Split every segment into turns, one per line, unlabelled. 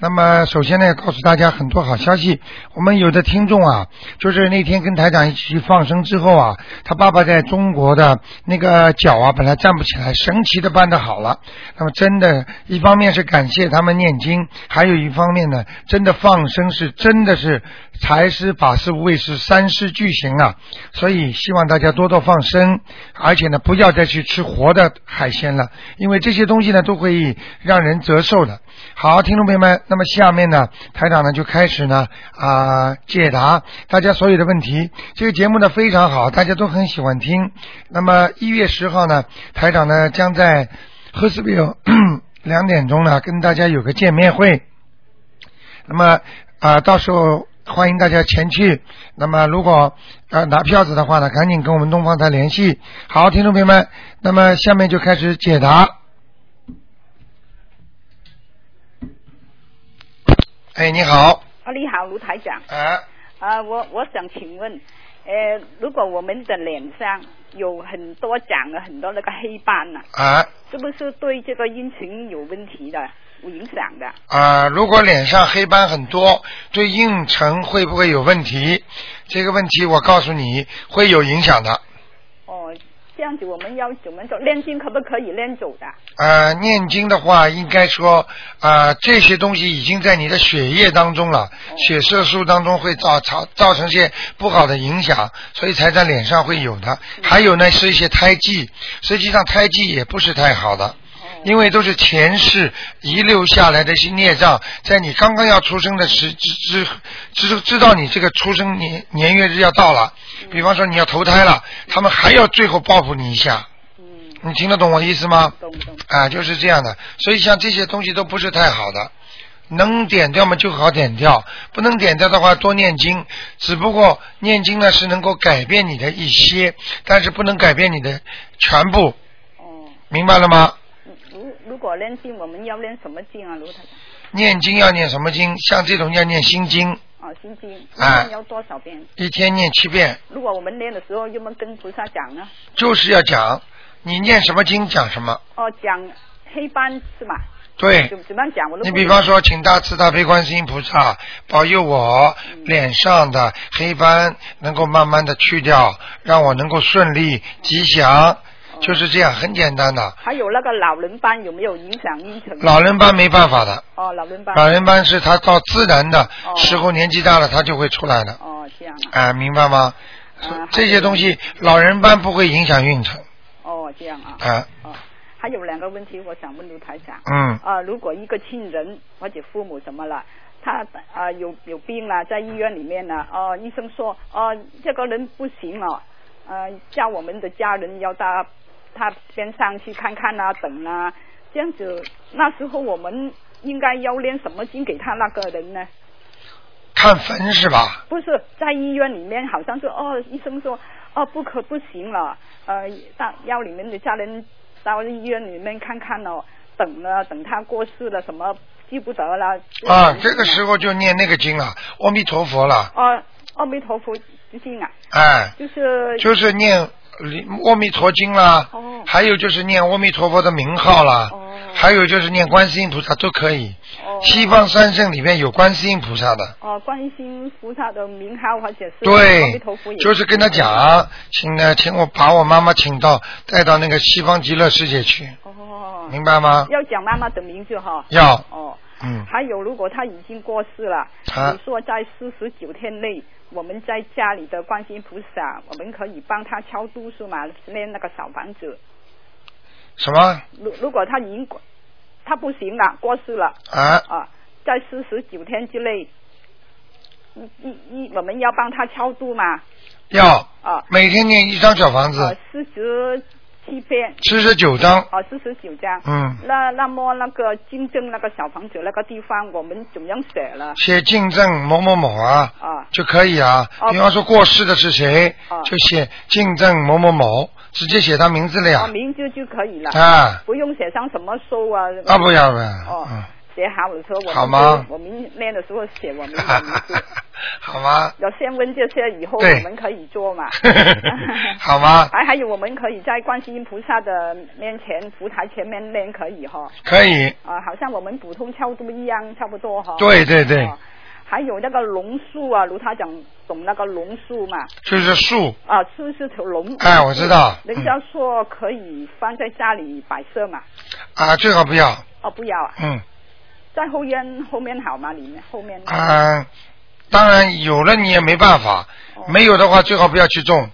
那么首先呢，要告诉大家很多好消息。我们有的听众啊，就是那天跟台长一起放生之后啊，他爸爸在中国的那个脚啊，本来站不起来，神奇的办得好了。那么真的，一方面是感谢他们念经，还有一方面呢，真的放生是真的是财师、法师、无畏师三师俱行啊。所以希望大家多多放生，而且呢，不要再去吃活的海鲜了，因为这些东西呢都会让人折寿的。好，听众朋友们，那么下面呢，台长呢就开始呢啊、解答大家所有的问题。这个节目呢非常好，大家都很喜欢听。那么一月十号呢，台长呢将在赫斯比尔 两点钟呢跟大家有个见面会。那么啊、到时候欢迎大家前去。那么如果呃拿票子的话呢，赶紧跟我们东方台联系。好，听众朋友们，那么下面就开始解答。哎，你好，
啊，你好，卢台长。
哎，
啊，我我想请问，呃，如果我们的脸上有很多长了很多那个黑斑呢、
啊
是不是对这个阴唇有问题的、有影响的？
啊，如果脸上黑斑很多，对应程会不会有问题？这个问题我告诉你会有影响的。
哦，这样子我们要怎么做？练经可不可以练走的？
呃，念经的话，应该说，呃，这些东西已经在你的血液当中了，血色素当中会造造造成些不好的影响，所以才在脸上会有的。还有呢，是一些胎记，实际上胎记也不是太好的。因为都是前世遗留下来的一些孽障，在你刚刚要出生的时知知知知道你这个出生年年月日要到了，比方说你要投胎了，他们还要最后报复你一下。你听得懂我意思吗？啊，就是这样的。所以像这些东西都不是太好的，能点掉嘛就好点掉，不能点掉的话多念经。只不过念经呢是能够改变你的一些，但是不能改变你的全部。明白了吗？
如如果练经，我们要练什么经啊，卢台长？
念经要念什么经？像这种要念心经，
哦，心经，一
哎
天要多少遍？
一天念七遍，
如果我们练的时候，有没有跟菩萨讲呢？
就是要讲你念什么经讲什么。
哦，讲黑斑是吧？
对
怎怎么样讲？我都
你
不
比
懂
方说，请大慈大悲观世音菩萨保佑我脸上的黑斑能够慢慢的去掉，让我能够顺利吉祥，就是这样，很简单的。
还有那个老人斑有没有影响阴唇？
老人斑没办法的
哦，老人斑。
老人斑是他到自然的时候，年纪大了他就会出来的。
哦，这样啊。
啊，明白吗？
啊
这些东西，老人斑不会影响运程
哦，这样啊。
啊。
还有两个问题，我想问卢台长。
嗯
啊，如果一个亲人或者父母什么了，他啊有有病了，在医院里面呢，哦、医生说，哦、这个人不行了，呃，叫我们的家人要到他边上去看看啊，等啊，这样子，那时候我们应该要练什么经给他那个人呢？
看坟是吧？
不是在医院里面，好像是哦，医生说哦不可不行了，呃，到要你们的家人到医院里面看看哦，等了等他过世了，什么记不得了。
啊，这个时候就念那个经了，阿弥陀佛了，
哦，阿弥陀佛经啊，
哎，
就是
就是念阿弥陀经啦，
哦
还有就是念阿弥陀佛的名号啦，还有就是念观世音菩萨都可以。西方三圣里面有观世音菩萨的，
哦，观音菩萨的名号或者是阿弥
对
陀佛也，
就是跟他讲，啊请呢，请我把我妈妈请到带到那个西方极乐世界去，
哦，
明白吗？
要讲妈妈的名字哈。
要
哦。
嗯，
还有，如果他已经过世了，
啊
你说在四十九天内，我们在家里的观世音菩萨，我们可以帮他超度是吗？念那个小房子。
什么
如如果他已经过他不行了，过世了
啊？
啊，在四十九天之内，一一一我们要帮他超度嘛
要
啊，
每天念一张小房子
四十七篇，
四十九章，
啊，四十九章。
嗯，
那那么那个金正那个小房子那个地方，我们怎么样写了？
写敬赠某某某啊，
啊
就可以啊。
哦
比方说过世的是谁，
哦
就写敬赠某某某，直接写他名字了
啊，
呀。
名字就可以了，
啊，
不用写上什么收啊。
啊不要不
哦
要，嗯，
写好了之后，我们
好吗
就我们念的时候写我 们的名字。
好吗？
要先问这些，以后
对？
我们可以做嘛
好吗？
还还有，我们可以在观世音菩萨的面前、佛台前面念，可以哈、
可以，
啊，好像我们普通超度一样，差不多哈、
对对对
哦，还有那个龙树啊，卢台长懂那个龙树嘛？
就是树，
啊，树是条龙。嗯
哎我知道
人家说可以放在家里摆设嘛？
啊，最好不要，
哦，不要啊，
嗯
在后院后面好吗？里面后面。
啊，当然有了你也没办法，
哦
没有的话最好不要去种。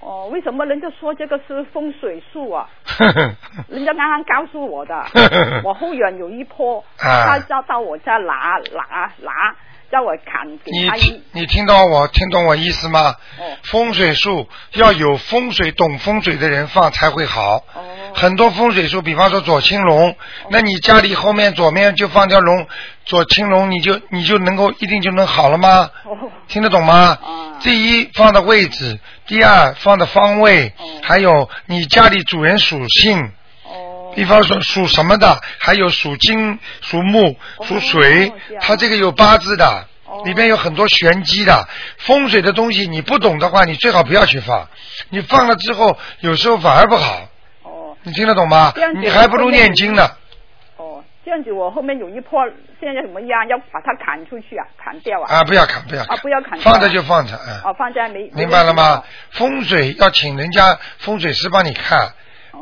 哦，为什么人家说这个是风水树啊？
呵呵，
人家刚刚告诉我的 我后院有一棵，
啊
他叫到我家拿拿拿，叫我砍给
你
他一
听，你听到我听懂我意思吗？
哦
风水树要有风水懂风水的人放才会好。
哦
很多风水树，比方说左青龙，那你家里后面左面就放条龙，左青龙你就你就能够一定就能好了吗？
哦
听得懂吗？
啊
第一放的位置，第二放的方位，
哦
还有你家里主人属性，
哦
比方说属什么的，还有属金、属木、
哦
属水，
这样
它这个有八字的
哦，
里边有很多玄机的。风水的东西你不懂的话，你最好不要去放，你放了之后有时候反而不好。
哦
你听得懂吗
这样？子
你还不如念经呢。
哦，这样子我后面有一棵，现在怎么样？要把它砍出去啊，砍掉啊？
啊，不要砍，不要
啊，不要砍掉啊。
放着就放着，嗯。
哦，放在没
明白了吗？？风水要请人家风水师帮你看。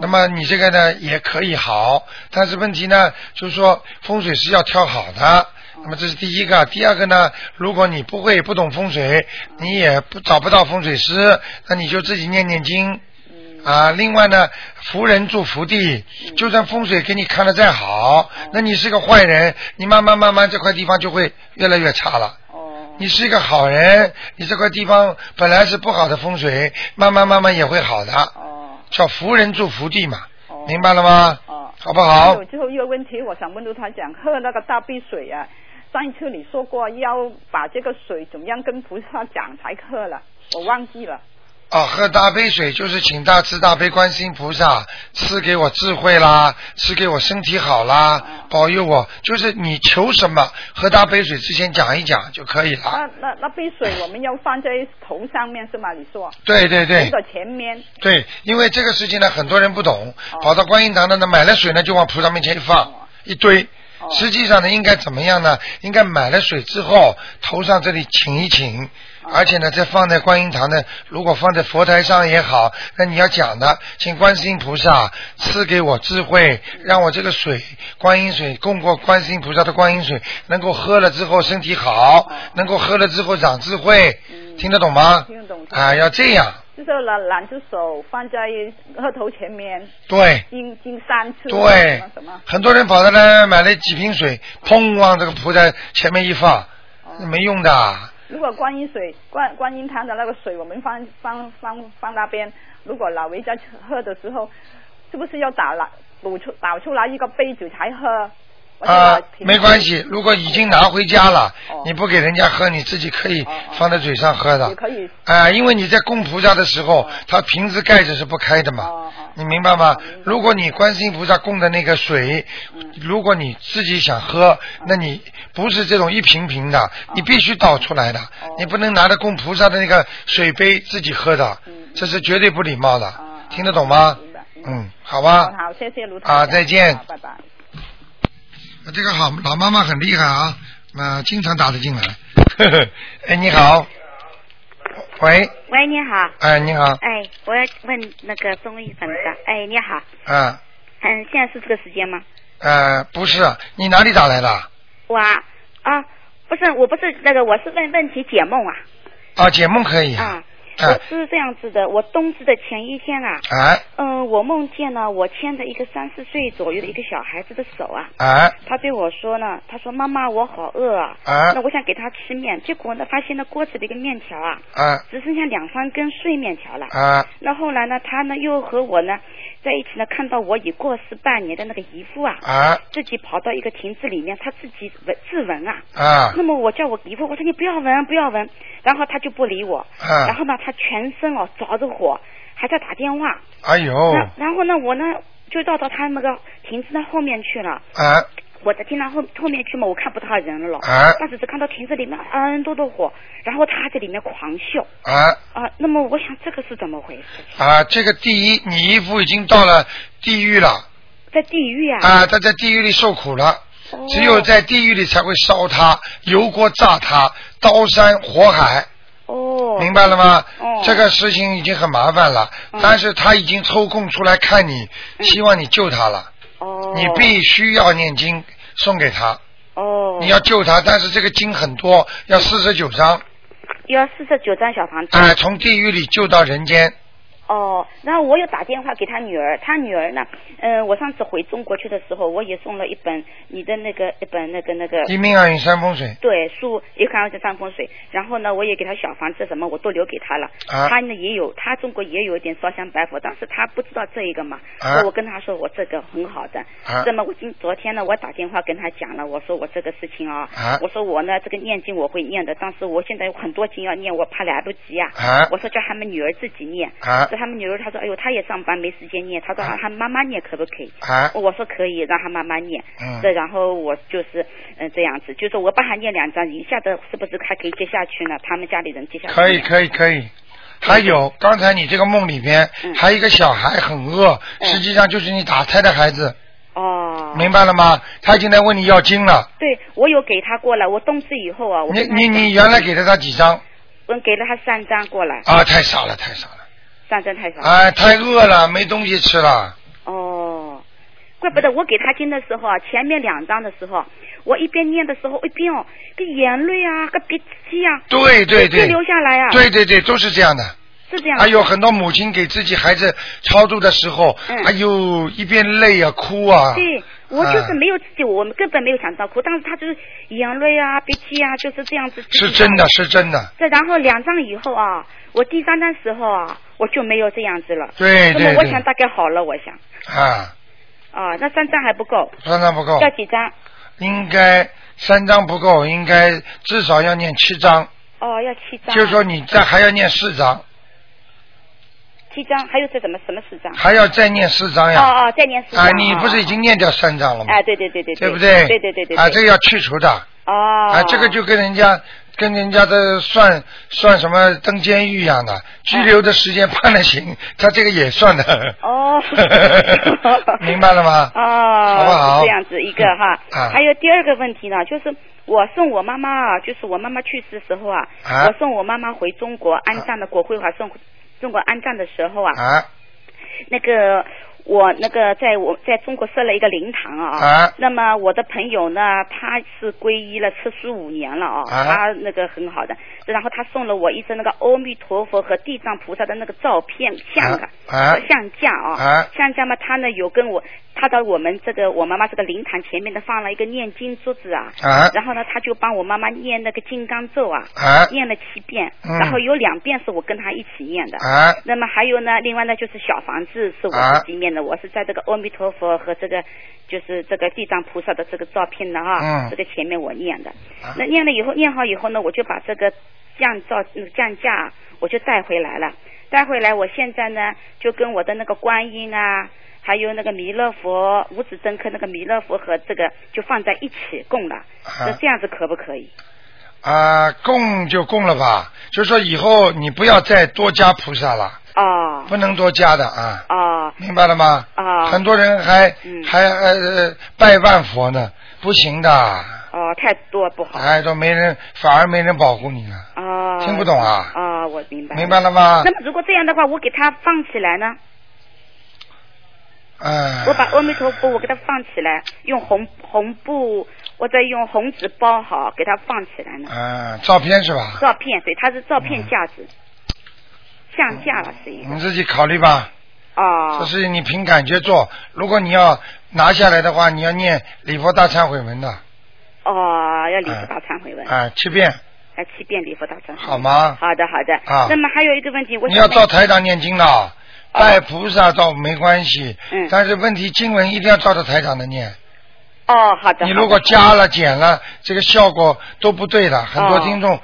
那么你这个呢也可以好，但是问题呢，就是说风水师要挑好的。那么这是第一个，第二个呢，如果你不会不懂风水，你也不找不到风水师，那你就自己念念经。啊，另外呢，福人住福地，就算风水给你看的再好，那你是个坏人，你慢慢慢慢这块地方就会越来越差了。
哦
你是一个好人，你这块地方本来是不好的风水，慢慢慢慢也会好的，
哦
叫福人住福地嘛，
哦
明白了吗？
哦。
好不
还
好
有？最后一个问题，我想问到他讲喝那个大杯水啊，上一次你说过要把这个水怎么样跟菩萨讲才喝了，我忘记了。
哦，喝大杯水就是请大慈大悲观世音菩萨赐给我智慧啦，赐给我身体好
哦
啦，保佑我。就是你求什么，喝大杯水之前讲一讲就可以了。
那那那杯水我们要放在头上面是吗？你说
对对对
那个前面
对，因为这个事情呢，很多人不懂，
哦
跑到观音堂的呢，买了水呢就往菩萨面前一放
哦
一堆。
哦
实际上呢，应该怎么样呢？应该买了水之后，头上这里请一请，
哦
而且呢，再放在观音堂呢，如果放在佛台上也好，那你要讲的，请观世音菩萨赐给我智慧，
嗯
让我这个水，观音水供过观世音菩萨的观音水，能够喝了之后身体
哦
好，能够喝了之后长智慧，
嗯
听得懂吗？
听得懂听得懂
啊，要这样，
就是拿两只手放在额头前面，
对。
经经三次。
对
什么什么，
很多人跑到那买了几瓶水，砰往这个菩萨前面一放，
哦
没用的。啊
如果观音水、观观音堂的那个水，我们放放放放那边，如果老人家喝的时候，是不是要打来倒出倒出来一个杯子才喝？或者
啊
拿，瓶
没关系，如果已经拿回家了
哦，
你不给人家喝，你自己可以
哦哦
放在嘴上喝的
也。可以。
啊，因为你在供菩萨的时候，它瓶子盖子是不开的嘛
哦哦，
你明白吗
哦明白？嗯
如果你观世音菩萨供的那个水，如果你自己想
哦
喝，那你不是这种一瓶瓶的，你必须倒出
哦
来的，你不能拿着供菩萨的那个水杯自己喝的，这是绝对不礼貌的
哦，
听得懂吗
明白？明白
嗯，好吧。
好，谢谢卢台
啊
长
再见
好拜拜。
啊这个好老妈妈很厉害啊，啊、经常打得进来。哎，你好，喂，
喂，你好，
哎，你好，
哎，我要问那个中医怎么的？哎，你好，
啊、
嗯，现在是这个时间吗？
呃，不是，你哪里打来的？
我啊，啊不是，我不是那个，我是问问题解梦啊，
啊，解梦可以
啊、
哎
我是这样子的，我冬至的前一天啊，
哎
嗯，我梦见呢，我牵着一个三四岁左右的一个小孩子的手啊，
哎
他对我说呢，他说妈妈我好饿啊，
哎
那我想给他吃面，结果呢发现呢锅子里的面条啊，
哎
只剩下两三根碎面条了。
哎
那后来呢，他呢又和我呢在一起呢，看到我已过世半年的那个姨父啊，
哎
自己跑到一个亭子里面，他自己闻自刎啊。
哎
那么我叫我姨父，我说你不要闻，不要闻，然后他就不理我，然
哎，
后呢他全身哦着着火，还在打电话。
哎呦，
那然后呢我呢就绕到他那个亭子那后面去了。
哎
我在听到后后面去嘛，我看不到人了，
哎
但是只看到亭子里面嗯多的火，然后他还在里面狂笑
哎
啊。那么我想这个是怎么回事？
啊！这个第一，你姨父已经到了地狱了
在地狱啊？
啊，他在地狱里受苦了。
哦
只有在地狱里才会烧他，油锅炸他，刀山火海，
哦，
明白了吗？
哦
这个事情已经很麻烦了，
嗯
但是他已经抽空出来看你，
嗯
希望你救他了。
哦，
你必须要念经送给他，
哦，
你要救他，但是这个经很多，要四十九章，
要四十九张小房子
哎、从地狱里救到人间，
哦。然后我有打电话给他女儿，他女儿呢，嗯、我上次回中国去的时候，我也送了一本你的那个一本那个那个。
一命二运三风水，
对，书也看这山风水，然后呢，我也给他小房子什么我都留给他了。
啊
他呢也有，他中国也有一点烧香拜佛，但是他不知道这一个嘛。
啊
我跟他说我这个很好的。
啊
那么我今昨天呢，我打电话跟他讲了，我说我这个事情啊，
啊
我说我呢这个念经我会念的，但是我现在有很多经要念，我怕来不及啊。
啊
我说叫他们女儿自己念。
啊
所以他们女儿她说，哎呦，她也上班没时间念，她说啊让她妈妈念可不可以？
啊
我说可以，让他妈妈念。
嗯
这然后我就是嗯、这样子，就是我帮他念两张，一下子是不是还可以接下去呢？他们家里人接下去。
可以。可以可以。还有，刚才你这个梦里边
嗯
还有一个小孩很饿，
嗯
实际上就是你打胎的孩子，
哦。
明白了吗？他已经在问你要经了，
对，我有给他过了。我冬至以后啊，我
你
跟他
你
讲
你原来给了他几张
我给了他三张过来，
啊？太傻了，太傻了，
三张太少。
哎，太饿了，没东西吃了，
哦，怪不得我给他听的时候啊，前面两张的时候，我一边念的时候，一边哦，个眼泪啊，个鼻涕啊，
对对
就
对，
流下来啊。
对对对，都是这样的。
是这样。
还有很多母亲给自己孩子超度的时候，
嗯
哎呦，一边累啊，哭啊。
对，我就是
啊
没有自己，我们根本没有想到哭，但是他就是眼泪啊、鼻涕啊，就是这样子。
是真的，。是真的，
这然后两张以后啊，我第三张时候啊，我就没有这样子了。
对
那
对
么我想
对，
大概好了，我想
啊，
啊，那三张还不够，
三张不够
要，几张？
应该三张不够，应该至少要念七张，
哦，要七张。
就是说你再还要念四张，
七张，还有这什么什么四张？
还要再念四张
哦
呀。
哦，再念四张。
啊，你不是已
哦？
经念掉三张了吗？
哎，对对对对
对不
对？
对？
对对对
啊，这个要去除的。
哦。
啊，这个就跟人家跟人家的算算什么登监狱一样的，拘留的时间判了刑，他这个也算 的。，
哦
明白了吗？
哦，
啊好不好
是这样子一个哈，
啊
还有第二个问题呢，就是我送我妈妈啊，就是我妈妈去世的时候啊，
啊
我送我妈妈回中国安葬的国徽华送中国安葬的时候啊，
啊
那个我那个在我在中国设了一个灵堂啊，
啊
那么我的朋友呢，他是皈依了七十五年了啊，
啊
他那个很好的，然后他送了我一张那个阿弥陀佛和地藏菩萨的那个照片像啊，
啊
像架啊，
啊
像架嘛，他呢有跟我，他到我们这个我妈妈这个灵堂前面呢放了一个念经桌子啊，
啊
然后呢他就帮我妈妈念那个金刚咒啊，
啊
念了七遍，
嗯
然后有两遍是我跟他一起念的，
啊！
那么还有呢，另外呢就是小房子是我自己念的，我是在这个阿弥陀佛和这个就是这个地藏菩萨的这个照片呢啊，
嗯
这个前面我念的。
啊
那念了以后，念好以后呢，我就把这个降照那个降价我就带回来了，带回来我现在呢就跟我的那个观音啊。还有那个弥勒佛，五指真科那个弥勒佛和这个就放在一起供了，那这样子可不可以？
啊，供就供了吧，就说以后你不要再多加菩萨了，
哦
不能多加的啊，
哦
明白了吗？
哦
很多人还
嗯
还呃拜万佛呢，不行的，
哦，太多不好。
哎，都没人，反而没人保护你了，
哦，
听不懂啊
哦，我明白。
明白。了吗？
那么如果这样的话，我给它放起来呢？
哎，
我把阿弥陀佛我给它放起来，用红红布，我再用红纸包好，给它放起来呢。
哎啊，照片是吧？
照片，对，它是照片架子。降价了是一个
你自己考虑吧。嗯
啊
这，是你凭感觉做，如果你要拿下来的话，你要念礼佛大忏悔文的，啊、
哦，要礼佛大忏悔文，
七遍，
来七遍礼佛大忏悔文。
哎好吗？
好的，好的。
啊
那么还有一个问题，我
你
想
要
问
照台长念经的，拜菩萨倒没关系，
啊嗯
但是问题经文一定要照着台长的念。
哦，好的。
你
好的
如果加了减了，这个效果都不对的。很多
哦
听众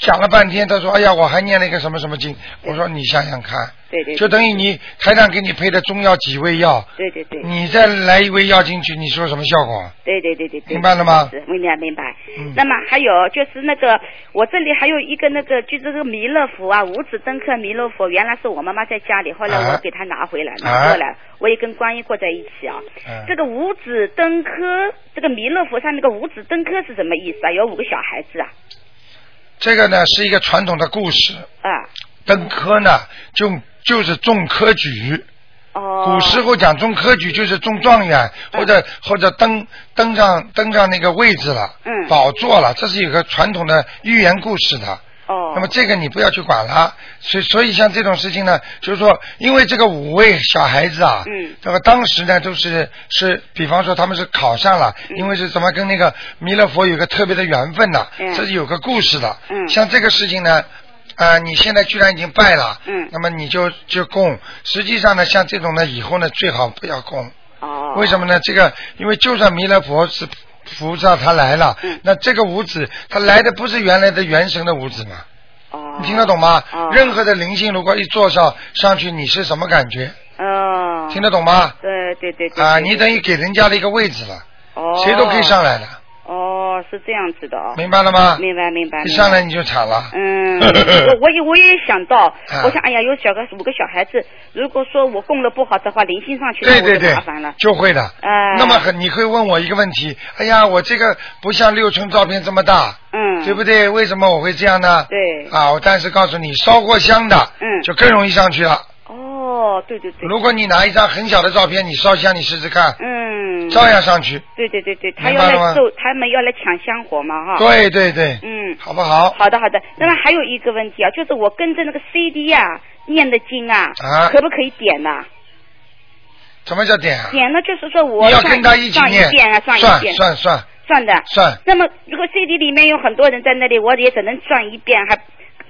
讲了半天，他说：“哎呀，我还念了一个什么什么经。”我说：“你想想看，
对对，
就
对
等于你台长给你配的中药几味药，
对对对
你再来一味药进去，你说什么效果啊？
对对对对对，
明白了吗
是明白明白。
嗯
那么还有就是那个，我这里还有一个那个，就是这个弥勒佛啊，五指登科弥勒佛，原来是我妈妈在家里，后来
啊
我给她拿回来，
啊
拿过来，我也跟观音过在一起啊。
嗯
这个五指登科，这个弥勒佛上那个五指登科是什么意思啊？有五个小孩子啊，
这个呢是一个传统的故事，
啊，
登科呢就就是中科举，
哦，
古时候讲中科举就是中状元或者或者登登上登上那个位置了，
嗯
宝座了，这是有个传统的寓言故事的。
哦，
那么这个你不要去管了，所以所以像这种事情呢，就是说，因为这个五位小孩子啊，
嗯
那么当时呢都是是，比方说他们是考上了，因为是怎么跟那个弥勒佛有个特别的缘分的，
嗯
这是有个故事的。
嗯
像这个事情呢，啊，你现在居然已经拜了，
嗯
那么你就就供。实际上呢，像这种呢，以后呢最好不要供。
哦，
为什么呢？这个，因为就算弥勒佛是菩萨他来了，
嗯
那这个五指他来的不是原来的元神的五指嘛？
哦，
你听得懂吗？
哦
任何的灵性如果一坐上上去，你是什么感觉？
哦，
听得懂吗？
对对对对
啊，
对
你
对
等于给人家了一个位置了，
嗯哦，
啊谁都可以上来的，
哦，是这样子的哦，
明白了吗？
明白明白。
一
明白
上来你就惨了。
嗯，我我也我也想到，
啊
我想哎呀，有小个五个小孩子，如果说我供了不好的话，灵性上去了
对对
我就
对
麻烦了，。
就会的。
哎
那么很，你会问我一个问题，哎呀，我这个不像六寸照片这么大，
嗯，
对不对？为什么我会这样呢？
对
啊，我但是告诉你，烧过香的，
嗯
就更容易上去了。
哦，对对对，
如果你拿一张很小的照片，你烧香，你试试看，
嗯，
照样上去。
对对对对，他
明
要
白了
来
吗
揍，他们要来抢香火嘛哈。。
对对对，
哦嗯，
好不好？
好的好的。那么还有一个问题啊，就是我跟着那个 CD 啊念的经啊，
啊
可不可以点呢、
什么叫点啊？
点呢就是说我
你要
上
跟他一起
上
念，
遍啊，上一
算
遍
算算
算的。
算，
那么如果 CD 里面有很多人在那里，我也只能转一遍，还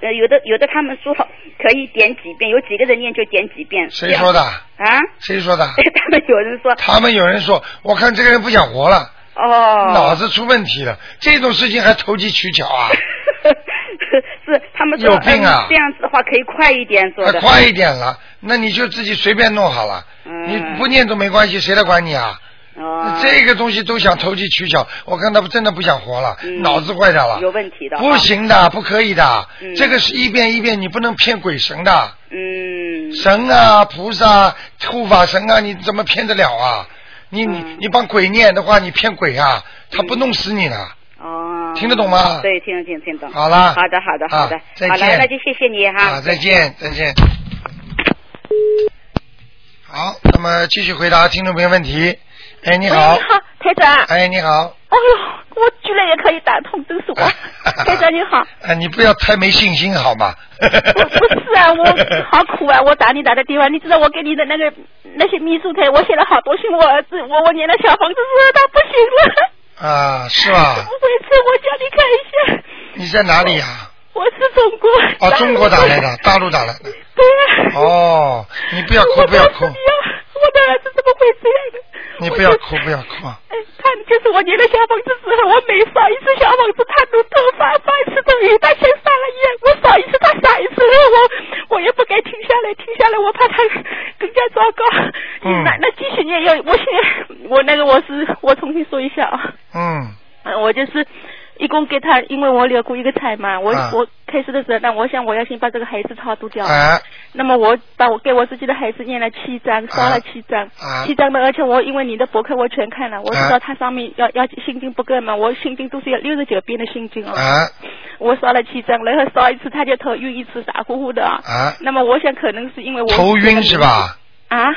呃有的有的他们说可以点几遍，有几个人念就点几遍。
谁说的？
这样？啊？
谁说的？
他们有人说
他们有人说，我看这个人不想活了，
哦，
脑子出问题了，这种事情还投机取巧啊？
是他们说
有病啊
嗯这样子的话可以快一点说
还
的。
快一点了，那你就自己随便弄好了，
嗯
你不念都没关系，谁来管你啊？
哦，
这个东西都想投机取巧，我看他真的不想活了，
嗯
脑子坏掉了。
有问题的。
不。行的，不可以的，
嗯
这个是一遍一遍，你不能骗鬼神的。
嗯。
神啊、菩萨、护法神啊，你怎么骗得了啊？你你
嗯
你帮鬼念的话，你骗鬼啊，他不弄死你了。
哦。
听得懂吗
对，听得懂，听得懂。
好啦，
好的，好的，好的
啊，再
好了，
见，
那就谢谢你
啊，
哈。
再见，再见。好，那么继续回答听众朋友问题。哎，你
喂，
好
你，好，台长。
哎，你好，。
哎呦，我居然也可以打通，真是我 台长你好，
啊，你不要太没信心好吗？
我不 是啊，我好苦啊，我打你打的电话，你知道我给你的那个那些秘书台，我写了好多信，我儿子我我念了小房子，说他不行了，
啊，是
怎
吧
么？回事？我叫你看一下，
你在哪里呀、
我是中国。
哦，中国打来的，大陆打来的。
对啊。
哦，你不要哭，不要哭
我告诉，你啊我的儿子怎么会这样的？
你
我
不要
就
哭，不要哭。啊
哎，他就是我念了小房子之后，我每扫一次小房子，他都都发发一次的雨，他先发了一样，我扫一次他撒一次，我我也不该停下来，停下来我怕他更加糟糕。
嗯
那那继续念要，我现在我那个我是我重新说一下啊，
嗯，
嗯，我就是。一共给他，因为我留过一个财嘛，我、
啊
我开始的时候，那我想我要先把这个孩子超度掉。
啊
那么我把我给我自己的孩子念了七章，烧了七章，
啊
七章的，而且我因为你的博客我全看了，我知
啊
道它上面要要心经不够嘛，我心经都是要六十九遍的心经哦，
啊
我烧了七章，然后烧一次他就头晕一次，傻乎乎的啊。
啊！
那么我想可能是因为我
头晕是？吧？
啊，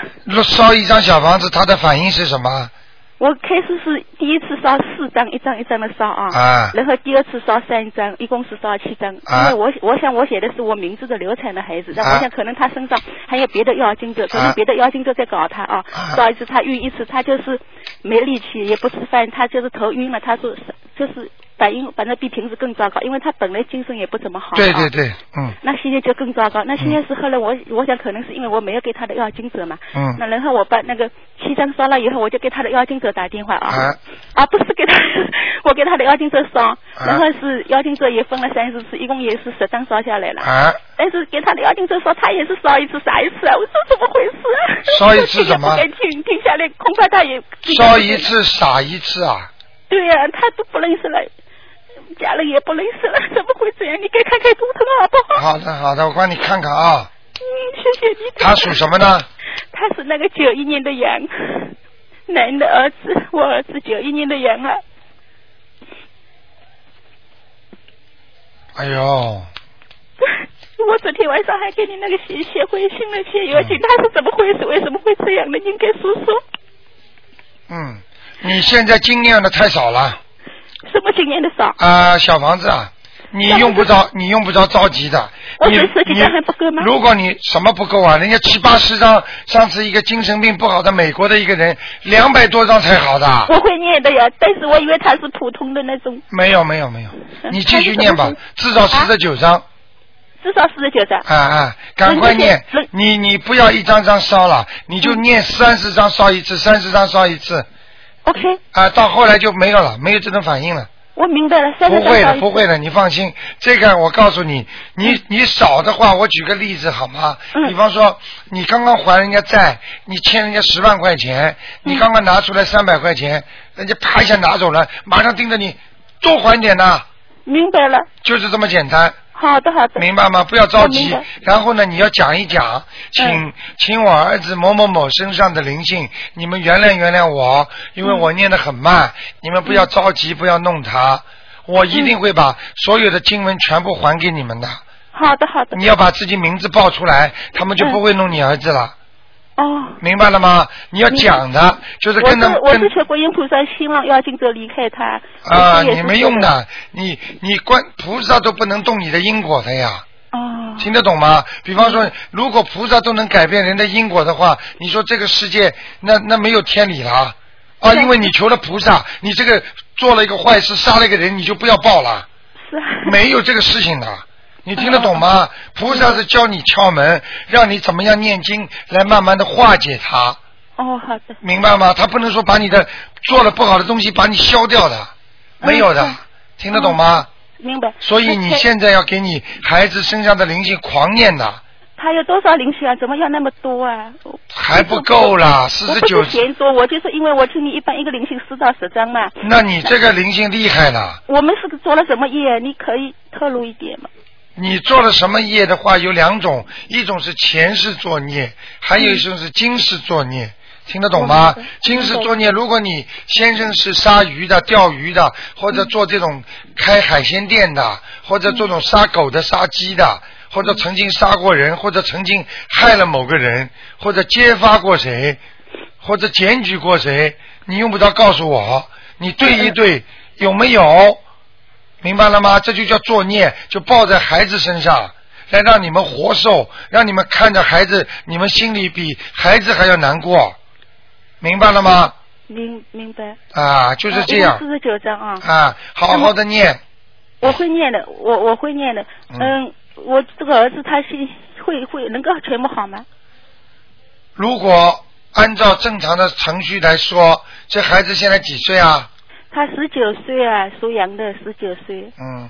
烧一张小房子，他的反应是什么？
我开始是第一次烧四张，一张一张的烧啊，
啊
然后第二次烧三张，一共是烧七张。
啊
因为我我想我写的是我名字的流产的孩子，但
啊
我想可能他身上还有别的妖精者，可能别的妖精者在搞他啊
啊，
烧一次他晕一次，他就是没力气，也不吃饭，他就是头晕了，他说是就是反应反正比平时更糟糕，因为他本来精神也不怎么好、啊。
对对对，嗯
那现在就更糟糕。那现在是后来我，我想可能是因为我没有给他的要经者嘛。
嗯
那然后我把那个七张烧了以后，我就给他的要经者打电话啊，
啊
啊不是给他， 我给他的要经者烧，然后是要经者也分了三十次，一共也是十张烧下来了。
啊，
但是给他的要经者烧，他也是烧一次傻一次啊，我说怎么回事、啊？
烧一次怎么
我这个不该听听下来，恐怕他也
烧一。次傻一次啊，
对呀、他都不认识了，家人也不认识了，怎么会这样？你给看看图腾好不好？
好的好的，我帮你看看啊，
嗯，谢谢你。
他属什么呢？
他是那个九一年的羊，男的儿子，我儿子九一年的羊啊。
哎呦，
我昨天晚上还给你那个写写回信了，写邮件，他是怎么回事？为什么会这样的？您给说说，
嗯，你现在经验的太少了
什么经验的少？
啊，小房子啊，你用不着你用不着着急的，
我
你
只是几
你
张还不够吗？
如果你什么不够啊，人家七八十张，上次一个精神病不好的美国的一个人，两百多张才好的。啊
我会念的呀，但是我以为他是普通的那种，
没有没有没有，
嗯
你继续念吧
那你怎么，啊
至少四十九张，
至少四十九张。
啊啊，赶快念
那你，
你你不要一张张烧了，你
嗯
就念三十张烧一次，三十张烧一次，
OK，
啊，到后来就没有了，没有这种反应了，
我明白了，三
不
十张
会
少
的
一
不会的，你放心，这个我告诉你，你你少的话，我举个例子好吗？
嗯
比方说，你刚刚还人家债，你欠人家十万块钱，
嗯
你刚刚拿出来三百块钱，人家啪一下拿走了，马上盯着你，多还点呐，
明白了，
就是这么简单。
好的好的，
明白吗？不要着
我明
急
白。
然后呢，你要讲一讲，请、
嗯
请我儿子某某某身上的灵性，你们原谅原谅我，因为
嗯
我念得很慢，你们不要着急，不要弄他。我一定会把所有的经文全部还给你们的。
好的好的，
你要把自己名字报出来，他们就
嗯
不会弄你儿子了，
哦。
明白了吗？你要讲的，就是
我
跟他
是
们
我
跟
是求观音菩萨，希望妖精者离开他。
啊，
我也是
你没用
这样
的，你你观菩萨都不能动你的因果的呀。
哦，
听得懂吗？比方说，如果菩萨都能改变人的因果的话，你说这个世界那那没有天理了啊！
对
因为你求了菩萨，你这个做了一个坏事，杀了一个人，你就不要报了，
是啊，嗯
没有这个事情的。你听得懂吗？菩萨是教你窍门，让你怎么样念经来慢慢的化解它，
哦，好的，
明白吗？他不能说把你的做了不好的东西把你消掉的，没有的
嗯，
听得懂吗？
明白。
所以你
那他
现在要给你孩子身上的灵性狂念的，
他有多少灵性啊？怎么要那么多啊？我
还不够啦，四
我
十
不
九
是。嫌多，我就是因为我听你一般一个灵性四到十张嘛。
那你这个灵性厉害了，
我们是做了什么业？你可以透露一点吗？
你做了什么业的话，有两种，一种是前世作孽，还有一种是今世作孽。听得懂吗
嗯我明白？
今世作孽，如果你先生是杀鱼的、钓鱼的，或者做这种开海鲜店的，或者做这种杀狗的、杀鸡的，
嗯
或者曾经杀过人，或者曾经害了某个人，或者揭发过谁，或者检举过谁，你用不着告诉我，你对一对有没有，明白了吗？这就叫作孽，就报在孩子身上，来让你们活受，让你们看着孩子，你们心里比孩子还要难过，明白了吗？
明明白。
啊，就是这样
四十九张啊，
啊，好好的念，
我会念的，我我会念的。
嗯
嗯，我这个儿子他是会会能够全部好吗？
如果按照正常的程序来说，这孩子现在几岁啊？
他十九岁啊，属羊的，十九岁。
嗯，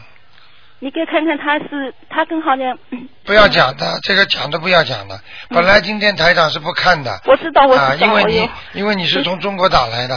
你给看看他是他跟好像，
不要讲的，这个讲都不要讲的。本来今天台长是不看的，
嗯我知道我
啊，
知
因
道，
为
我有
你因为你是从中国打来的，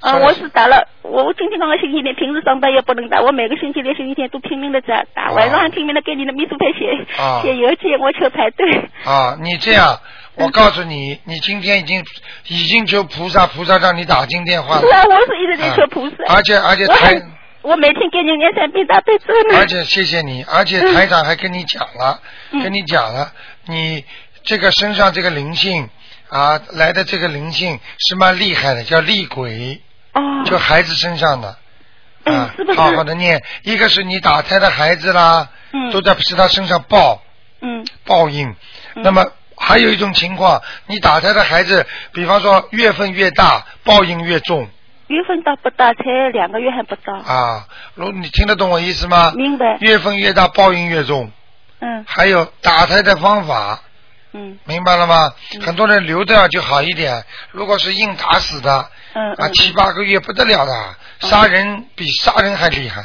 啊，
说
我是打了，我我今天刚刚星期天，平时上班也不能打，我每个星期天、星期天都拼命的打打，
哦
晚上还拼命的给你的秘书派写、
哦
写邮件，我求排队。
啊，你这样，我告诉你，你今天已经已经求菩萨，菩萨让你打进电话
是
了，
啊，我是一直在求菩萨。
嗯 而且而且
我
台
很，我每天给你念三遍大悲咒呢。嗯
而且谢谢你，而且台长还跟你讲了，跟你讲了，你这个身上这个灵性啊来的这个灵性是蛮厉害的，叫厉鬼，
哦，
就孩子身上的。
嗯
啊
是不，是
好好的念，一个是你打胎的孩子啦，
嗯
都在是他身上报
嗯
报应。那么还有一种情况，你打胎的孩子，比方说月份越大，报应越重
月份到不到？才两个月还不到。
啊。如你听得懂我意思吗？
明白。
月份越大，报应越重。
嗯
还有打胎的方法，
嗯
明白了吗？很多人留着就好一点，如果是硬打死的
嗯
啊，
嗯
七八个月不得了的，杀人比杀人还厉害，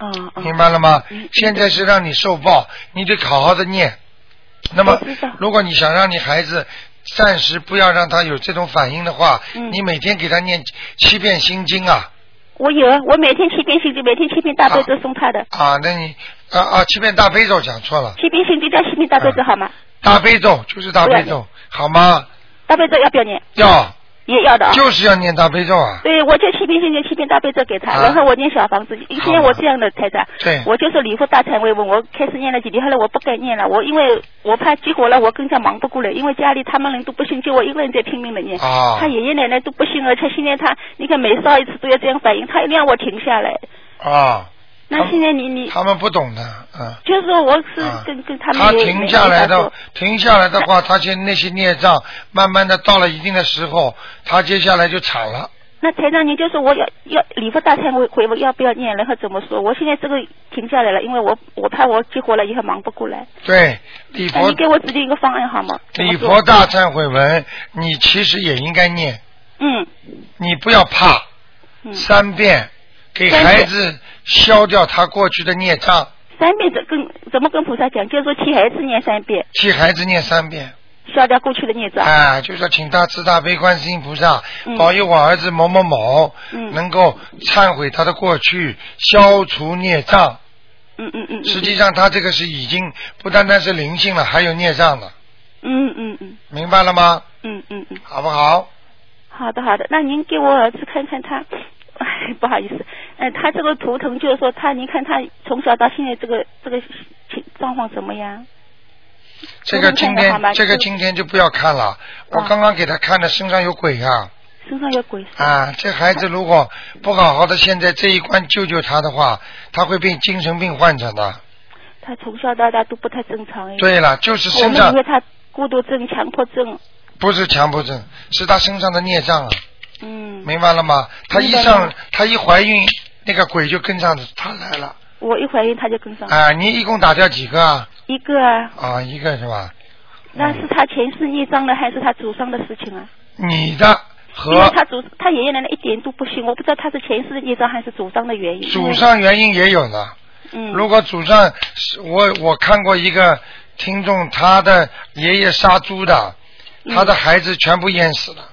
嗯嗯
明白了吗
嗯嗯？
现在是让你受报，你得好好的念。那么
我知道，
如果你想让你孩子暂时不要让他有这种反应的话，
嗯
你每天给他念七遍心经啊
我有，我每天七遍心经，每天七遍大悲咒送他的，
啊，那你啊啊七遍大悲咒讲错了，
七遍心经加七遍大悲咒
嗯
好吗？
大悲咒就是大悲咒，好吗？
大悲咒要不要念？
要
也要的啊。
就是要念大悲咒啊。
对，我就七遍心经，七遍大悲咒给他，
啊
然后我念小房子。因为我这样的台长，
对
我就是礼佛大忏悔文，我开始念了几天，后来我不敢念了，我因为我怕激活了，我更加忙不过来，因为家里他们人都不信，就我一个人在拼命的念。
啊
他爷爷奶奶都不信，而且现在他，你看每烧一次都要这样反应，他一定要我停下来。
啊，他
那
们
现在你你
他们不懂的，嗯。
就是说我是
啊
跟、跟
他
他们也
停下来
没办法
的
说，
停下来的话，他现那些孽障，慢慢的到了一定的时候，他接下来就惨了。
那台长，你就说我要要礼佛大忏悔回文要不要念，然后怎么说？我现在这个停下来了，因为我我怕我激活了以后忙不过来。
对，礼
那
佛
你给我制定一个方案好吗？怎么
礼
做
佛大忏悔文，你其实也应该念，
嗯
你不要怕，
嗯，
三遍，给
三
孩
遍
子消掉他过去的孽障，
三遍怎跟怎么跟菩萨讲？就是说替孩子念三遍，
替孩子念三遍。
消掉过去的孽障。
啊，就说请大慈大悲观世音菩萨
嗯
保佑我儿子某某某，
嗯
能够忏悔他的过去，消除孽障。
嗯嗯嗯嗯，
实际上，他这个是已经不单单是灵性了，还有孽障了，
嗯嗯嗯
明白了吗？
嗯嗯嗯，
好不好？
好的好的，那您给我儿子看看他。哎，不好意思，呃，他这个图腾就是说他，您看他从小到现在这个这个情状况怎么样？
这个今
好嗯
天
吗
这个
就
今天就不要看了，我刚刚给他看的身上有鬼啊！
身上有鬼是吧？
啊，这孩子如果不好好的现在这一关救救他的话，他会变精神病患者的。
他从小到大都不太正常哎。，
对了，就是
我
身
们
上
以为他孤独症、强迫症，
不是强迫症，是他身上的孽障啊。
嗯，
明白了吗？她一
明白
上
了，
她一怀孕，那个鬼就跟上她来了。
我一怀孕他就跟上、
啊，你一共打掉几个啊？
一个啊，
啊，一个是吧？
那是他前世业障了，还是他祖上的事情啊？
你的
因为
和
他祖他爷爷奶奶一点都不信，我不知道他是前世的业障还是祖上的原因。哎
祖上原因也有呢。
嗯，
如果祖上，是我我看过一个听众，他的爷爷杀猪的，
嗯
他的孩子全部淹死了，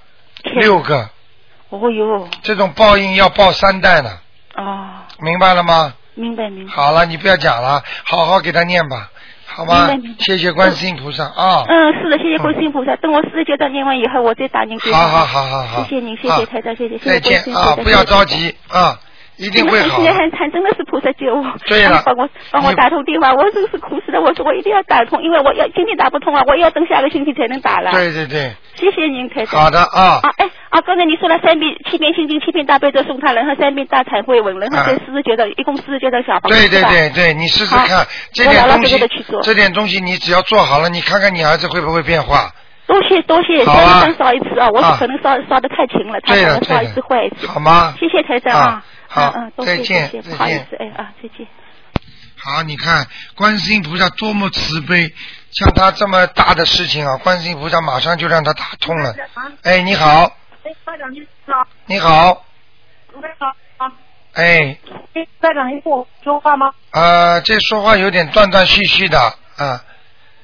六个。
哦哟，
这种报应要报三代呢，
哦，
明白了吗？
明白明白。
好了，你不要讲了，好好给他念吧，好吗
明白明？白
谢谢观世音菩萨啊。
嗯，是的，谢谢观世音菩萨。等我四十九章念完以后，我再打您电话。
好好好好好，
谢谢您，谢
啊
谢台长，谢谢谢
再
谢观
见
世音菩萨
啊，！不要着急啊，一定 会好
现
的
在很惨，真的是菩萨救我，
对了
帮我帮我
你
打通电话，我真是苦死了。我说我一定要打通，因为我要今天打不通啊，我要等下个星期才能打了。，
对对对，
谢谢您，台长。
好的啊
啊，哎，啊，刚才你说了三遍七遍心经，七遍大悲咒送他，然后三遍大忏悔文，然后再
啊
四十九张，一共四十九张小房子。
对对
是吧。
对对，你试试
好
看，这
我
点
老老
东
实
西
实地去做，
这点东西你只要做好了，你看看你儿子会不会变化？
多谢多谢，
好啊
三烧一次啊，我
啊
可能烧烧的太勤了，他
对
可
了
能烧
对
一次坏一次
了，。好吗？
谢谢台长
啊
啊，
好
嗯嗯，多
再
谢
见
谢谢，
再
不好意
见
思，哎啊，再见。
好，你看观世音菩萨多么慈悲，像他这么大的事情啊，观世音菩萨马上就让他打通了。哎，你好，
哎，班长你好，
你好，
卢班长啊，
哎，
哎，班长你跟我说话吗？
呃，这说话有点断断续续的啊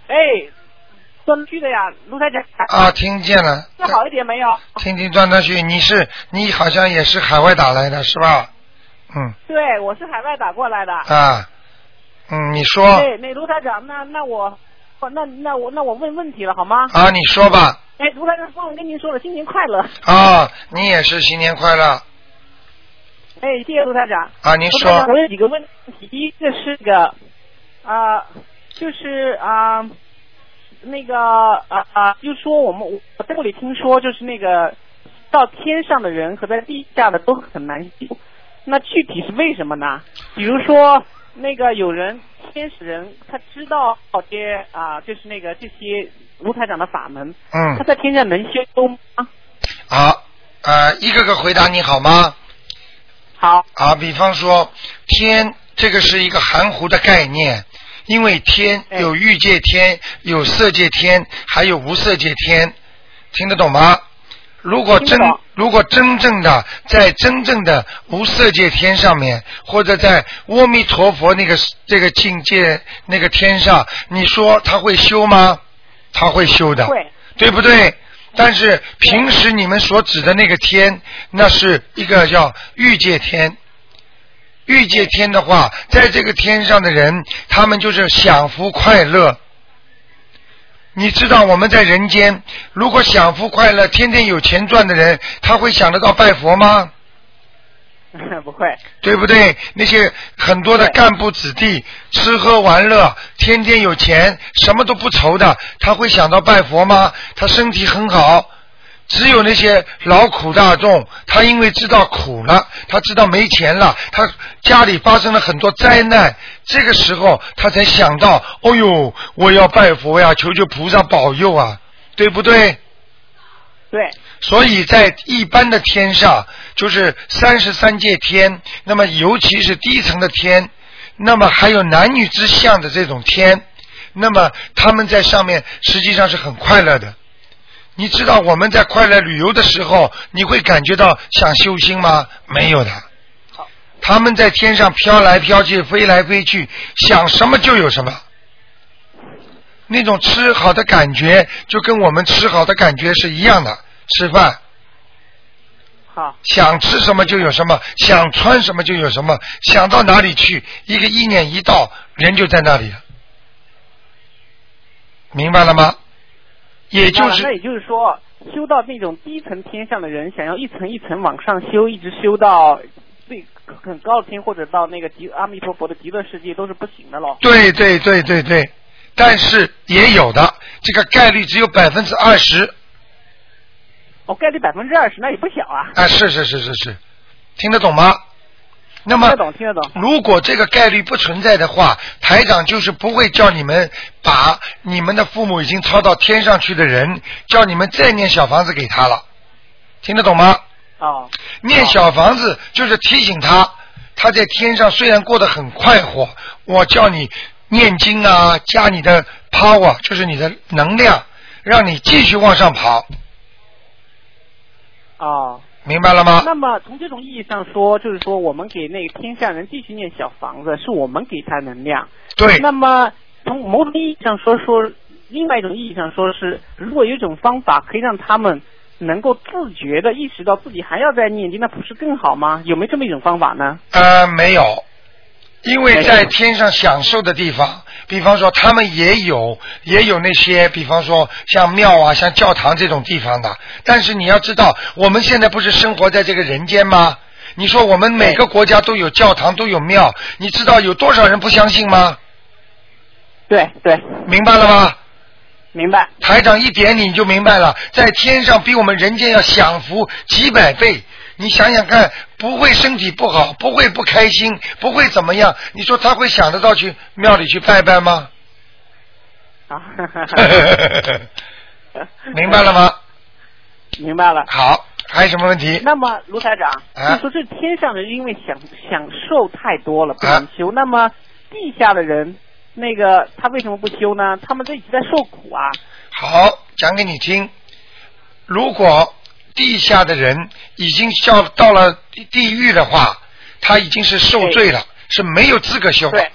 哎，断句的呀，卢台长，
啊，听见了。
这好一点没有？
听听断断续，你是你好像也是海外打来的是吧？嗯
对，我是海外打过来的。
啊，嗯，你说
哎，那卢台长，那那我，我那那我那我问问题了好吗？
啊，你说吧
哎，卢台长，忘了跟您说了，新年快乐！
啊，你也是新年快乐
哎，谢谢卢台长。
啊，您
卢台长，
说
我有几个问题，第一个是这个，啊、就是啊、那个啊啊，就说我们我在这里听说，就是那个到天上的人和在地下的都很难修，那具体是为什么呢？比如说那个有人天使人，他知道这些啊，就是那个这些卢台长的法门，他
嗯，
在天上能修吗？
好，呃，一个个回答你好吗？
好，
啊，比方说天，这个是一个含糊的概念，因为天
哎
有欲界天，有色界天，还有无色界天，听得懂吗？如果真
听得懂
如果真正的在真正的无色界天上面，或者在阿弥陀佛那个这个境界那个天上，你说他会修吗？他会修的。
会，
对不对？但是平时你们所指的那个天，那是一个叫欲界天。欲界天的话，在这个天上的人，他们就是享福快乐。你知道我们在人间，如果享福快乐，天天有钱赚的人，他会想得到拜佛吗？
不会，
对不对？那些很多的
对
干部子弟吃喝玩乐，天天有钱，什么都不愁的，他会想到拜佛吗？他身体很好。只有那些劳苦大众，他因为知道苦了，他知道没钱了，他家里发生了很多灾难，这个时候他才想到，哦呦，我要拜佛呀，求求菩萨保佑啊，对不对？
对，
所以在一般的天上，就是三十三界天，那么尤其是低层的天，那么还有男女之相的这种天，那么他们在上面实际上是很快乐的。你知道我们在快乐旅游的时候，你会感觉到想修心吗？没有的。他们在天上飘来飘去，飞来飞去，想什么就有什么。那种吃好的感觉，就跟我们吃好的感觉是一样的。吃饭
好，
想吃什么就有什么，想穿什么就有什么，想到哪里去，一个意念一到，人就在那里了。明白了吗？也就
那那
是
也就是说，修到那种低层天上的人，想要一层一层往上修，一直修到最很高的天，或者到那个极阿弥陀佛的极乐世界，都是不行的喽。
对对对对对，但是也有的，这个概率只有百分之二十。
哦，概率百分之二十，那也不小啊。
啊，是是是是是，听得懂吗？那
听
么
得懂，听得懂。
如果这个概率不存在的话，台长就是不会叫你们把你们的父母已经超到天上去的人，叫你们再念小房子给他了，听得懂吗？
哦，
念小房子就是提醒他，他在天上虽然过得很快活，我叫你念经啊，加你的 power，就是你的能量，让你继续往上跑，
哦。
明白了吗？
那么从这种意义上说，就是说我们给那个天下人继续念小房子，是我们给他能量。
对，
那么从某种意义上说，说另外一种意义上说是，如果有一种方法可以让他们能够自觉的意识到自己还要再念经，那不是更好吗？有没有这么一种方法 呢？
呃，没有，因为
没有
在天上享受的地方，比方说他们也有也有那些，比方说像庙啊、像教堂这种地方的。但是你要知道，我们现在不是生活在这个人间吗？你说我们每个国家都有教堂，都有庙，你知道有多少人不相信吗？
对对，
明白了吗？
明白。
台长一点你就明白了，在天上比我们人间要享福几百倍。你想想看，不会身体不好，不会不开心，不会怎么样？你说他会想得到去庙里去拜拜 吗？
啊，
明白了？吗？
明白了。
好，还有什么问题？
那么卢台长，
啊
就说这天上人因为享享受太多了不
啊
能修，那么地下的人，那个他为什么不修呢？他们这一直在受苦啊。
好，讲给你听。如果地下的人已经叫到了地狱的话，他已经是受罪了，是没有资格修的
对。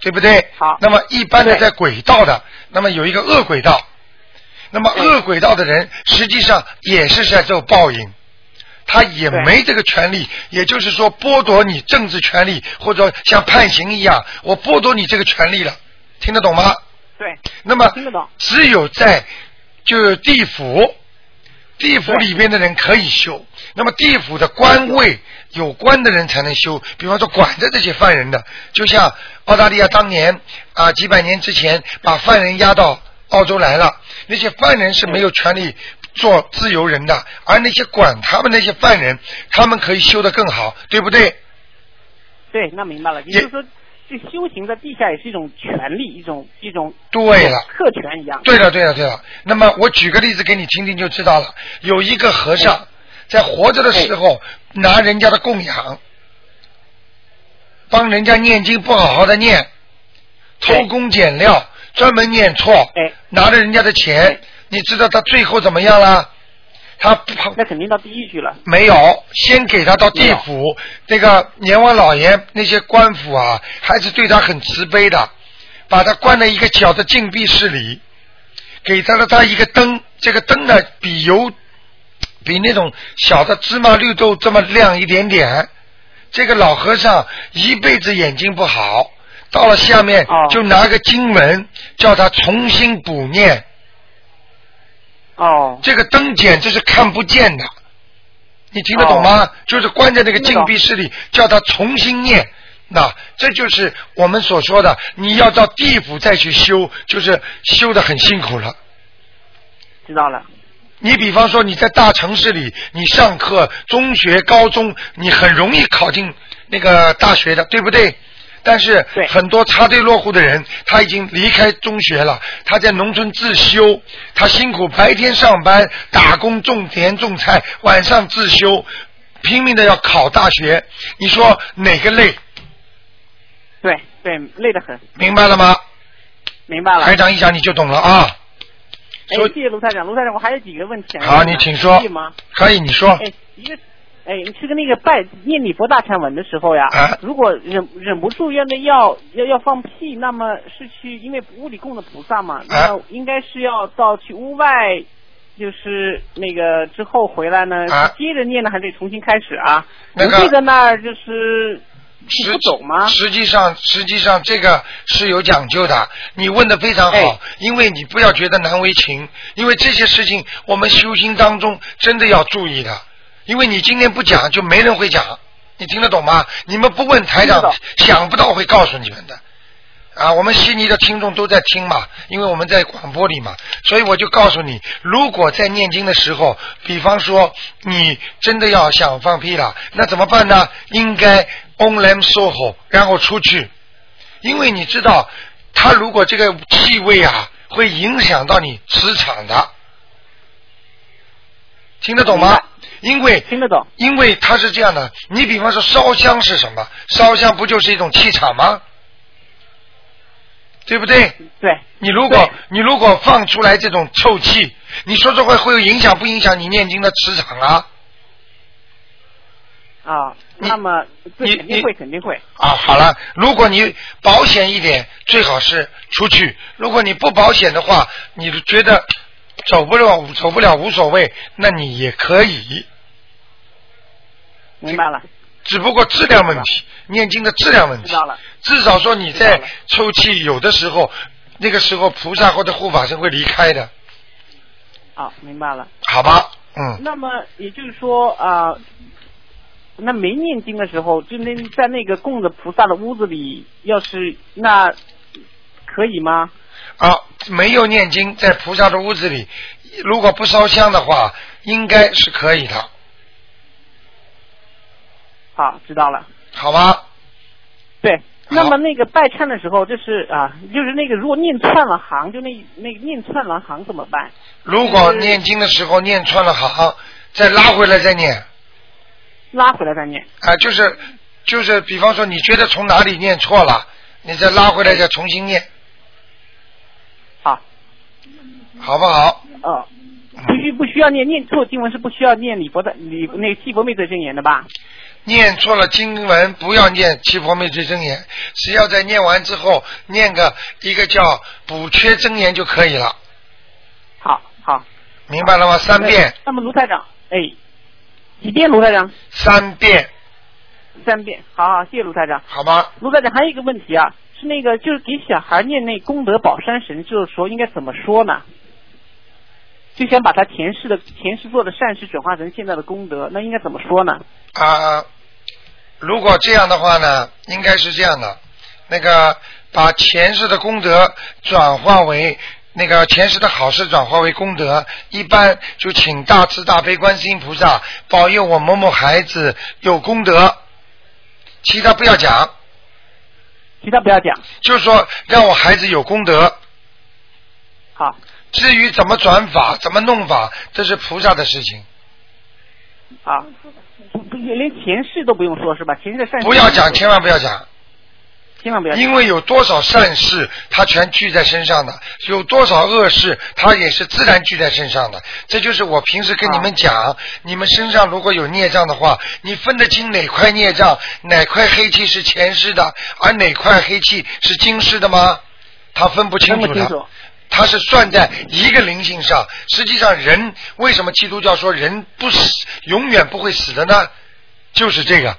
对不对？
好
那么一般的
对
在轨道的，那么有一个恶轨道，那么恶轨道的人实际上也是在受报应，他也
对
没这个权利，也就是说剥夺你政治权利，或者像判刑一样，我剥夺你这个权利了，听得懂吗？
对，
那么
听得懂
只有在就是地府，地府里边的人可以修，那么地府的官位有关的人才能修，比方说管着这些犯人的，就像澳大利亚当年啊几百年之前把犯人押到澳洲来了，那些犯人是没有权利做自由人的，而那些管他们那些犯人，他们可以修得更好，对不对？
对，那明白了，也就是说，这修行在地下也是一种权利，一种一种
对了
特权一样。
对了，对了，对了。那么我举个例子给你听听就知道了。有一个和
嗯
尚在活着的时候拿人家的供养，帮人家念经不好好的念，偷工减料，专门念错，
哎，
拿着人家的钱，你知道他最后怎么样啦？他跑
那肯定到地狱去了。
没有，先给他到地府。这个阎王老爷那些官府啊，还是对他很慈悲的，把他关在一个小的禁闭室里，给他了他一个灯，这个灯呢比油比那种小的芝麻绿豆这么亮一点点。这个老和尚一辈子眼睛不好，到了下面
哦
就拿个经文叫他重新补念。
哦，
这个灯简直是看不见的，你听得懂吗？
哦
就是关在那个禁闭室里，叫他重新念。那这就是我们所说的，你要到地府再去修，就是修的很辛苦了。
知道了。
你比方说你在大城市里，你上课，中学、高中，你很容易考进那个大学的，对不对？但是
对
很多插队落户的人，他已经离开中学了，他在农村自修，他辛苦白天上班打工种田种菜，晚上自修，拼命的要考大学。你说哪个累？
对哎对，累得很，
明白了吗？
明白了。
台长一讲你就懂了啊。
哎
说，
谢谢卢台长，卢台长，我还有几个问题想
好，
问
你
呢
请说
可以吗？。
可以，你说。
哎，一个，哎，是跟那个拜念礼佛大忏文的时候呀，
啊
如果忍忍不住要那要要要放屁，那么是去因为屋里供的菩萨
啊
嘛，那么应该是要到去屋外，就是那个之后回来呢，
啊
是接着念呢，还得重新开始啊？
那个
不这个那儿就是
实
不懂吗？
实际上，实际上这个是有讲究的。你问的非常好，
哎
因为你不要觉得难为情，因为这些事情我们修心当中真的要注意的。因为你今天不讲，就没人会讲。你听得懂吗？你们不问台
听
长
得懂，
想不到会告诉你们的。啊，我们悉尼的听众都在听嘛，因为我们在广播里嘛，所以我就告诉你，如果在念经的时候，比方说你真的要想放屁了，那怎么办呢？应该 on them soho，然后出去，因为你知道，它如果这个气味啊，会影响到你磁场的，听得懂
明
吗
白？
因为
听得懂？
因为它是这样的，你比方说烧香是什么？烧香不就是一种气场吗？对不对？
对，
你如果
对
你如果放出来这种臭气，你说这会会有影响不影响你念经的磁场啊？
啊，
你
那么
你
对，肯定
你
会，肯定会。
啊，好了，如果你保险一点，最好是出去；如果你不保险的话，你觉得走不了走不了无所谓，那你也可以，
明白了，
只不过质量问题，念经的质量问
知
题
道。了，
至少说你
知道
在
了
抽气，有的时候，那个时候菩萨或者护法神会离开的，
啊，明白了。
好吧？嗯，
那么也就是说啊、呃那没念经的时候，就那在那个供着菩萨的屋子里，要是那可以吗？
啊，没有念经，在菩萨的屋子里，如果不烧香的话，应该是可以的，
好，知道了。
好吧？
对，
好
那么那个拜忏的时候，就是啊、就是那个如果念串了行，就那那个念串了行怎么办？
如果念经的时候念穿了行，再拉回来再念，
拉回来再念。
啊，就是就是，比方说你觉得从哪里念错了，你再拉回来再重新念，
好，
好不好？
呃，不需不需要念念错经文是不需要念礼佛的礼那个七佛灭罪真言的吧？
念错了经文，不要念七佛灭罪真言，只要在念完之后念个一个叫补缺真言就可以了，
好好，
明白了吗？三遍，
那么卢台长，哎，几遍卢台长？
三遍，
三遍，好好，谢谢卢台长。
好吗？
卢台长还有一个问题啊，是那个就是给小孩念那功德宝山神咒的时候应该怎么说呢？就想把他前世的前世做的善事转化成现在的功德，那应该怎么说呢？
啊、如果这样的话呢，应该是这样的，那个把前世的功德转化为那个前世的好事转化为功德，一般就请大慈大悲观世音菩萨保佑我某某孩子有功德，其他不要讲，
其他不要讲。
就说让我孩子有功德。
好，
至于怎么转法、怎么弄法，这是菩萨的事情，
啊，不不连前世都不用说是吧？前世的善事
不要讲，千万不要讲。
千万不要讲。
因为有多少善事，他全聚在身上的；有多少恶事，他也是自然聚在身上的。这就是我平时跟你们讲，
啊
你们身上如果有孽障的话，你分得清哪块孽障，哪块黑气是前世的，而哪块黑气是今世的吗？他分不清
分
楚
不清
的
楚。
他是算在一个灵性上，实际上人为什么基督教说人不死，永远不会死的呢？就是这个，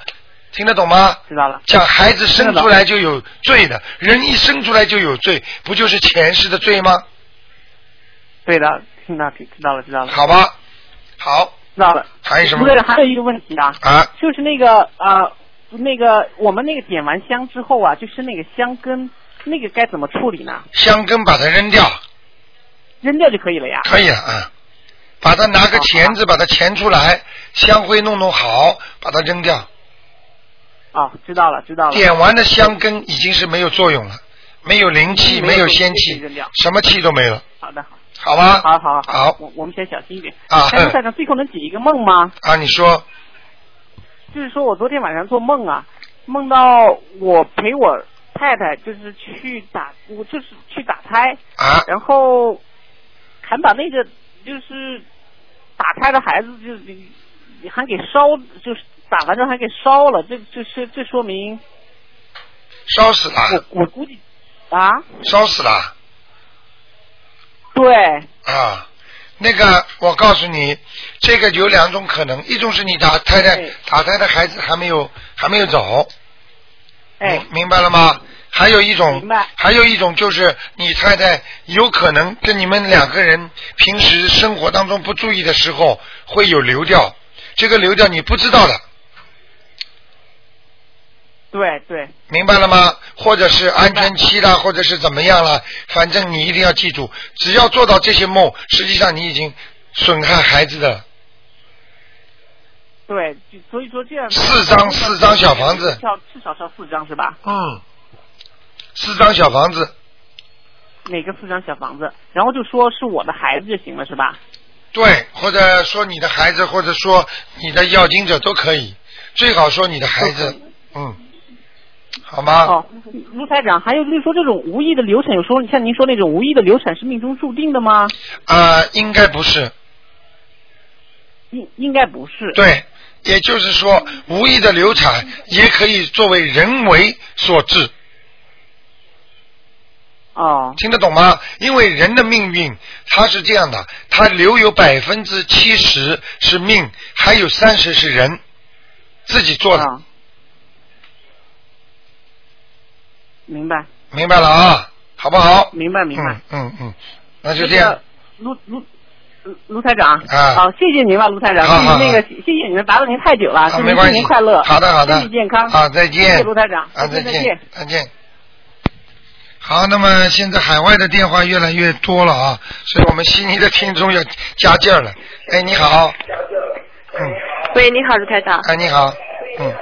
听得懂吗？
知道了。
讲孩子生出来就有罪的，人一生出来就有罪，不就是前世的罪吗？
对的，听到知道了，知道了，
好吧，好，
知道了。
还有什么
对了，还有一个问题啊，
啊？
就是那个呃，那个我们那个点完香之后啊，就是那个香根，那个该怎么处理呢？
香根把它扔掉，
扔掉就可以了呀。
可以了啊。把它拿个钳子把它钳出来，香灰弄弄好，把它扔掉。
哦，知道了，知道了。
点完的香根已经是没有作用了，没有灵气，
嗯没
没
有
有
灵气
仙气
扔掉，
什么气都没了，
好的，
好
好，
吧？
好好
好
我我们先小心一点。
啊
但是站长，最后能解一个梦吗？
啊，你说
就是说我昨天晚上做梦啊，梦到我陪我太太就是去打，我就是去打胎，
啊
然后还把那个就是打胎的孩子就是还给烧，就是打完之后还给烧了，这这是这说明
烧死了，
我我估计啊，
烧死了。
对，
啊，那个我告诉你，这个有两种可能，一种是你打太太
对
打胎的孩子还没有还没有走，
哎
明，明白了吗？还有一种
明白，
还有一种就是你太太有可能跟你们两个人平时生活当中不注意的时候会有流掉，这个流掉你不知道的，
对对，
明白了吗？或者是安全期啦，或者是怎么样啦，反正你一定要记住，只要做到这些梦，实际上你已经损害孩子的了。
对，就所以说这样
四张四张小房子
要至少要四张是吧？
嗯，四张小房子，
每个四张小房子，然后就说是我的孩子就行了是吧？
对，或者说你的孩子，或者说你的要经者都可以，最好说你的孩子，嗯，好吗？
哦，卢台长，还有就是说这种无意的流产，有时候你像您说那种无意的流产是命中注定的吗？
呃，应该不是，
应应该不是。
对，也就是说，无意的流产也可以作为人为所致，
哦，
听得懂吗？因为人的命运它是这样的，它留有百分之七十是命，还有三十是人自己做的，
啊明白，
明白了啊？好不好？
明白，明白。
嗯嗯嗯，那就这样。
那个。卢卢卢卢台长，
啊
好，谢谢您吧，卢台长，
好
谢
好
谢那个，
好
谢谢你们打扰您太久了，
啊，
祝
没
您
关
新
系。
年快乐，
好的，好的。
身体健康，
好，再见。
谢谢卢台长，
啊，
再
再
见，再见
见。，再见。好，那么现在海外的电话越来越多了啊，所以我们悉尼的听众要加劲儿了。哎，你好。嗯，
喂，你好，卢台长。
哎，你好。嗯。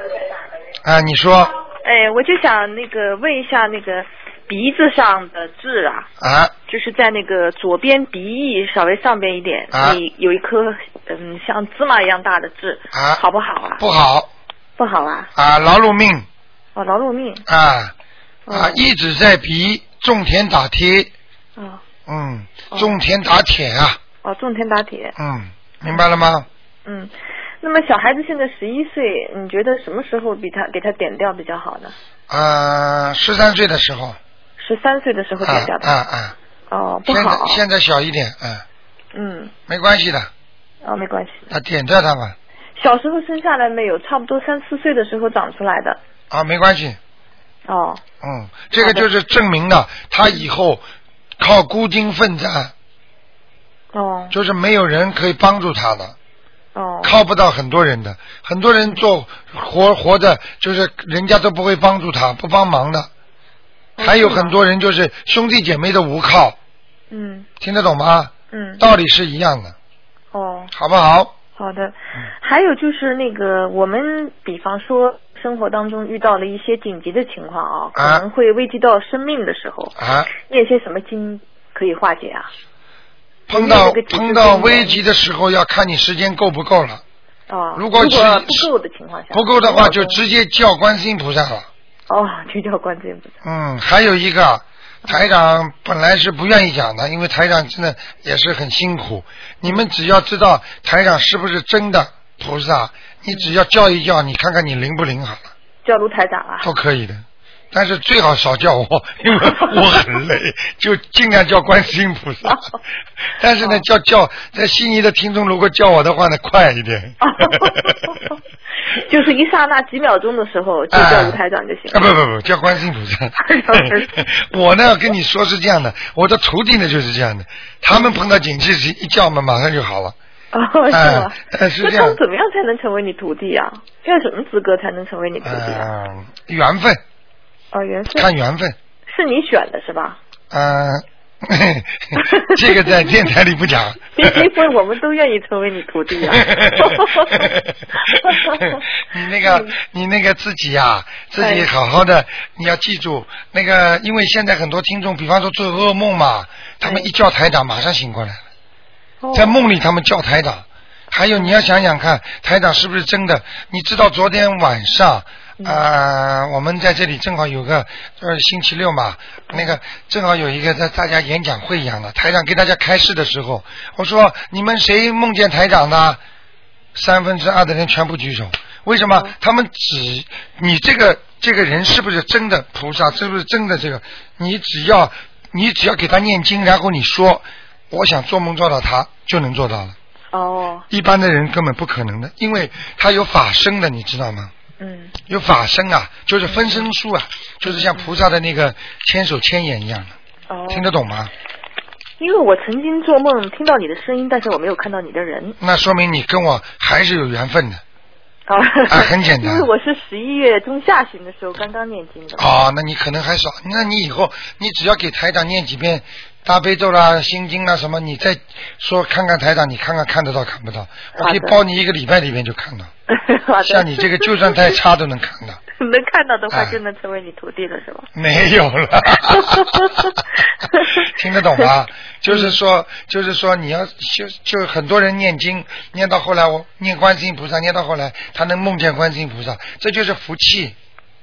啊，你说
哎，我就想那个问一下那个鼻子上的痣啊，
啊，
就是在那个左边鼻翼稍微上边一点，
啊
你有一颗嗯像芝麻一样大的痣，
啊
好不好啊？
不好
不好啊，
啊，劳碌命
哦，劳碌命
啊啊
嗯
哦，
一直在鼻种田打铁，
哦
嗯，
哦
种田打铁啊，
哦，种田打铁，
嗯，明白了吗？
嗯。那么小孩子现在十一岁，你觉得什么时候比他给他点掉比较好呢？
呃，十三岁的时候，
十三岁的时候
啊
点掉吧。
啊啊，
哦，不
现在
好。
现在小一点，嗯，
嗯，
没关系的，
哦，没关系。
啊，点掉它吧，
小时候生下来没有，差不多三四岁的时候长出来的。
啊，没关系，
哦，
嗯，这个就是证明了他以后靠孤军奋战，
哦，
就是没有人可以帮助他的，
哦，
靠不到很多人的，很多人做活活着就是人家都不会
哦
帮助他，不帮忙的，还有很多人就是兄弟姐妹都无靠，
嗯
听得懂吗？
嗯，
道理是一样的，
哦，
好嗯不好？
好的。还有就是那个，我们比方说生活当中遇到了一些紧急的情况啊，
啊
可能会危及到生命的时候，
啊，
念些什么经可以化解啊？
碰
有
到
没有
碰到
这个几十分钟
危急的时候，要看你时间够不够了。
哦，
如
如
果
果
是
不够的情况下，
不够的话，就
如果
直接叫观世音菩萨了。
哦，就叫观世音菩萨。
嗯，还有一个台长本来是不愿意讲的，因为台长真的也是很辛苦。你们只要知道台长是不是真的菩萨，你只要叫一叫，你看看你灵不灵好了，
叫卢台长啊。
都哦可以的。但是最好少叫我， 因为我很累，就尽量叫观世音菩萨。
哦
但是呢，叫叫在悉尼的听众如果叫我的话呢，快一点。
哦 就是一刹那几秒钟的时候，就叫卢台长就行
啊，不
了。
不不，叫观世音菩萨。
哎
我呢，跟你说是这样的，我的徒弟呢就是这样的，他们碰到紧急事情一叫嘛，马上就好了。
哦，是吗？
哎哎是这
那
样
他们怎么样才能成为你徒弟啊？要什么资格才能成为你徒弟
嗯、
啊？
缘分，
哦，缘分
呃看缘分。
是你选的是吧？
嗯、 这个在电台里不讲。
因为我们都愿意成为你徒弟啊。
你那个，你那个自己呀、自己
哎
好好的，你要记住那个，因为现在很多听众，比方说做噩梦嘛，他们一叫台长，马上醒过来了。
哦
在梦里他们叫台长。还有你要想想看，台长是不是真的？你知道昨天晚上，呃，我们在这里正好有个呃星期六嘛，那个正好有一个在大家演讲会一样的，台长给大家开示的时候，我说你们谁梦见台长的？三分之二的人全部举手，为什
嗯
么？他们只你这个这个人是不是真的菩萨？是不是真的这个？你只要你只要给他念经，然后你说我想做梦做到他，就能做到了。
哦，
一般的人根本不可能的，因为他有法身的，你知道吗？
嗯，
有法身啊，就是分身术啊，就是像菩萨的那个千手千眼一样的，
哦，
听得懂吗？
因为我曾经做梦听到你的声音，但是我没有看到你的人。
那说明你跟我还是有缘分的。
啊，
很简单
因为我是十一月中下旬的时候刚刚念经 的。
哦，那你可能还少，那你以后你只要给台长念几遍大悲咒啦、心经啦什么，你再说看看台长，你看看看得到看不到？我可以
好的
包你一个礼拜里面就看到。
好的
像你这个就算太差都能看 到，
能看到的话，
哎
就能成为你徒弟了，是吧？
没有了。 听得懂吗？就是说，就是说，你要就就很多人念经，念到后来我念观世音菩萨，念到后来他能梦见观世音菩萨，这就是福气，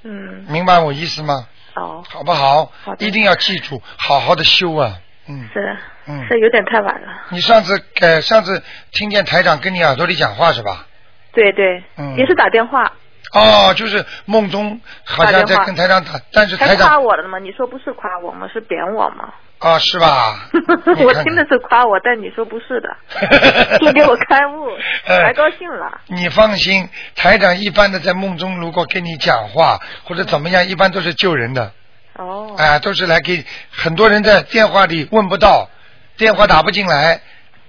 嗯，
明白我意思吗？
哦，
好不好？
好的
一定要记住，好好的修啊。嗯
是，
嗯，
这有点太晚了。
你上次呃上次听见台长跟你耳朵里讲话是吧？
对对，
嗯
也是打电话，
哦，就是梦中好像
打电
在
话
跟台长打，但是台
还夸
长
我了呢嘛？你说不是夸我吗？是贬我吗？？
啊、是吧
我听的是夸我，但你说不 是的，就给我开悟，
哎
还高兴了。
你放心，台长一般的在梦中如果跟你讲话或者怎么样，一般都是救人的，
哦，
哎、都是来给很多人在电话里问不到，电话打不进来，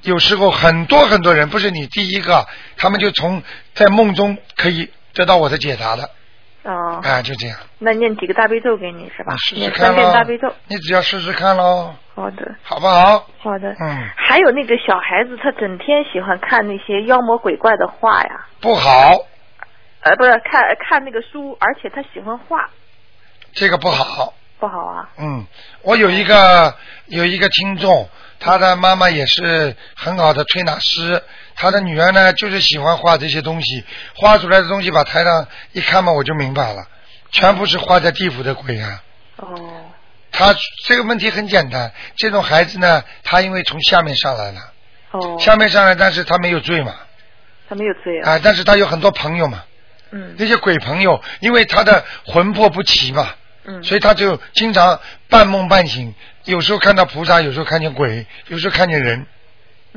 有时候很多很多人不是你第一个，他们就从在梦中可以得到我的解答的，
哦，
哎、就这样，
那念几个大悲咒给你是吧
你？试试
念
看
三遍
喽
大悲咒。，
你只要试试看喽，
好的，
好不好？
好的。
嗯，
还有那个小孩子，他整天喜欢看那些妖魔鬼怪的画呀，
不好，
呃，不是看看那个书，而且他喜欢画，
这个不好。
不好啊。
嗯，我有一个有一个听众，他的妈妈也是很好的推拿师，他的女儿呢就是喜欢画这些东西，画出来的东西把台上一看嘛，我就明白了，全部是画在地府的鬼啊。
哦，
他这个问题很简单，这种孩子呢，他因为从下面上来了，
哦，
下面上来，但是他没有罪嘛，
他没有罪啊。
啊，但是他有很多朋友嘛，
嗯
那些鬼朋友，因为他的魂魄不齐嘛，
嗯。
所以他就经常半梦半醒，有时候看到菩萨，有时候看见鬼，有时候看见人，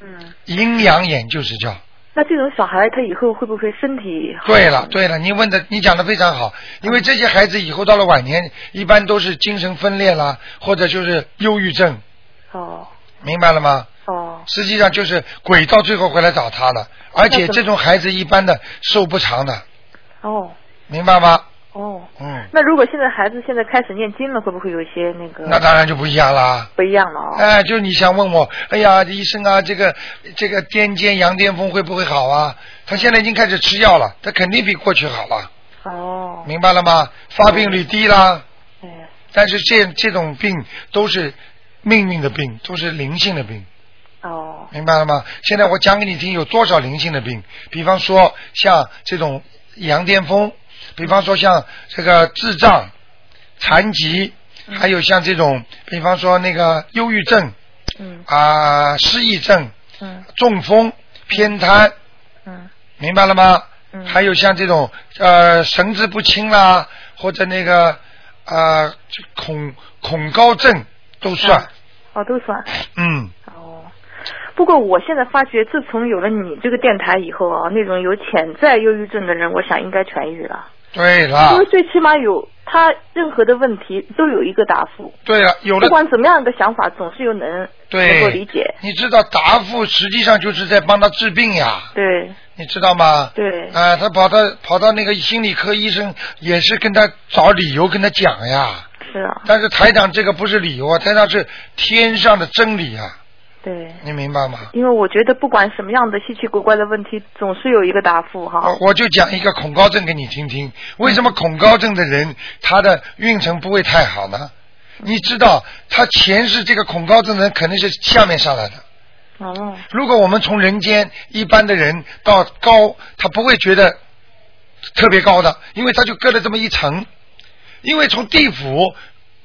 嗯，
阴阳眼就是叫。
那这种小孩他以后会不会身体好？
对了，对了，你问的你讲的非常好，因为这些孩子以后到了晚年，一般都是精神分裂啦，或者就是忧郁症，
哦
明白了吗？
哦
实际上就是鬼到最后回来找他了，而且这种孩子一般的寿不长的，
哦
明白吗？
哦，
嗯，
那如果现在孩子现在开始念经了，会不会有一些那个
那当然就不一样啦。
不一样了哦？
哎，就你想问我，哎呀，医生啊，这个这个癫痫、羊癫疯会不会好啊？他现在已经开始吃药了，他肯定比过去好了，
哦，
明白了吗？发病率低啦，
哎，
但是这这种病都是命运的病，都是灵性的病，
哦，
明白了吗？现在我讲给你听，有多少灵性的病？比方说像这种羊癫疯，比方说像这个智障、残疾，还有像这种，比方说那个忧郁症
嗯
啊、失忆症、
嗯
中风、偏瘫，
嗯
明白了吗？
嗯，
还有像这种呃神志不清啦，或者那个呃就恐恐高症都算，
哦都算
嗯，
哦。不过我现在发觉，自从有了你这个电台以后啊，那种有潜在忧郁症的人，我想应该痊愈了，
对了
因为，最起码有他任何的问题都有一个答复，
对了，有
不
了
管怎么样的想法，总是有人能够理
对，
解。
你知道答复实际上就是在帮他治病呀，
对
你知道吗？
对
啊、他跑到跑到那个心理科医生也是跟他找理由跟他讲呀，
是啊，
但是台长这个不是理由啊，台长是天上的真理啊，
对，
你明白吗？
因为我觉得不管什么样的稀奇古怪的问题，总是有一个答复哈。
我我就讲一个恐高症给你听听，为
嗯
什么恐高症的人他的运程不会太好呢？
嗯
你知道他前世这个恐高症的人肯定是下面上来的。
哦，
如果我们从人间一般的人到高，他不会觉得特别高的，因为他就隔了这么一层。因为从地府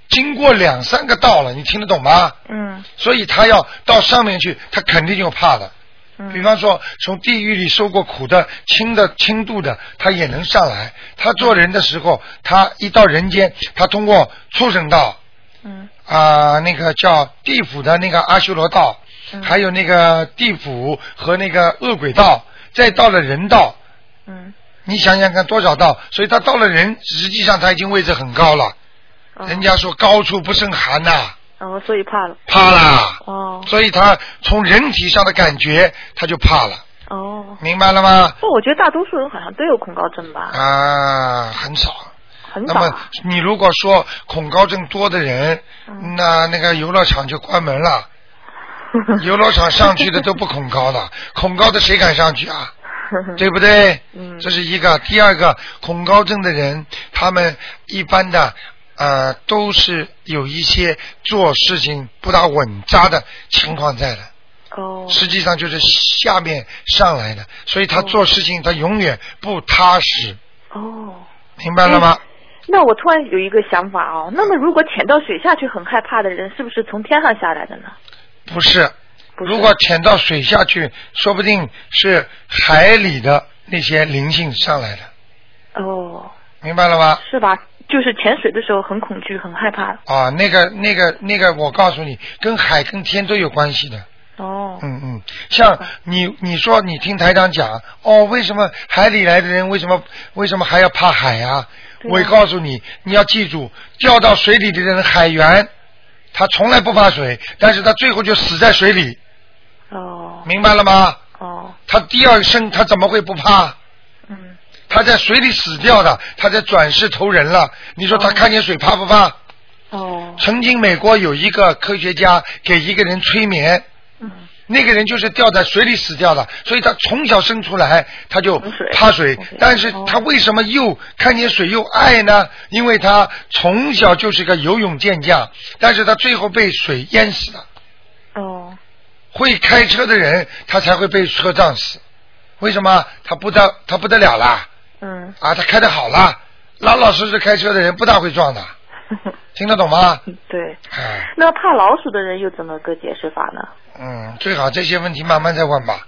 经过两三个道了，你听得懂吗？
嗯
所以他要到上面去，他肯定就怕的。比
嗯
方说，从地狱里受过苦的、轻的、轻度的，他也能上来。他做人的时候，他一到人间，他通过畜生道
嗯
啊、那个叫地府的那个阿修罗道，
嗯
还有那个地府和那个恶鬼道，再到了人道，
嗯，
你想想看多少道？所以他到了人，实际上他已经位置很高了。
哦
人家说高处不胜寒呐、
哦，所以怕了。
怕啦。
哦
所以他从人体上的感觉，他就怕了，
哦，
明白了吗？
不，我觉得大多数人好像都有恐高症吧，
啊，很少。
很
那
少啊。
么你如果说恐高症多的人，
嗯
那那个游乐场就关门 了。游乐场上去的都不恐高 的，恐高的谁敢上去啊？对不对？
嗯
这是一个。第二个，恐高症的人，他们一般的呃都是有一些做事情不大稳扎的情况在的，
哦
实际上就是下面上来的，所以他做事情他永远不踏实，
哦，
明白了吗？
那我突然有一个想法哦，那么如果潜到水下去很害怕的人，是不是从天上下来的呢？
不是，
不是
如果潜到水下去，说不定是海里的那些灵性上来的，
哦，
明白了吗？
是吧？就是潜水的时候很恐惧，很害怕。
啊，那个、那个、那个，我告诉你，跟海跟天都有关系的。
哦，
嗯嗯，像你你说你听台长讲哦，为什么海里来的人为什么为什么还要怕海呀、
对啊
我告诉你，你要记住，掉到水里的人，海员，他从来不怕水，但是他最后就死在水里，
哦，
明白了吗？
哦，
他第二生他怎么会不怕？
嗯，
他在水里死掉的，他在转世投人了。你说他看见水怕不怕？
哦，
曾经美国有一个科学家给一个人催眠，
嗯，
那个人就是掉在水里死掉的，所以他从小生出来他就
怕水
怕水
怕水，
但是他为什么又看见水又爱呢？因为他从小就是个游泳健将，但是他最后被水淹死的。
哦，
会开车的人他才会被车撞死，为什么？他不得他不得了啦
嗯，
啊！他开的好啦，老老实实开车的人不大会撞 的，听得懂吗？
对。
哎。
那怕老鼠的人又怎么个解释法呢？
嗯，最好这些问题慢慢再问吧。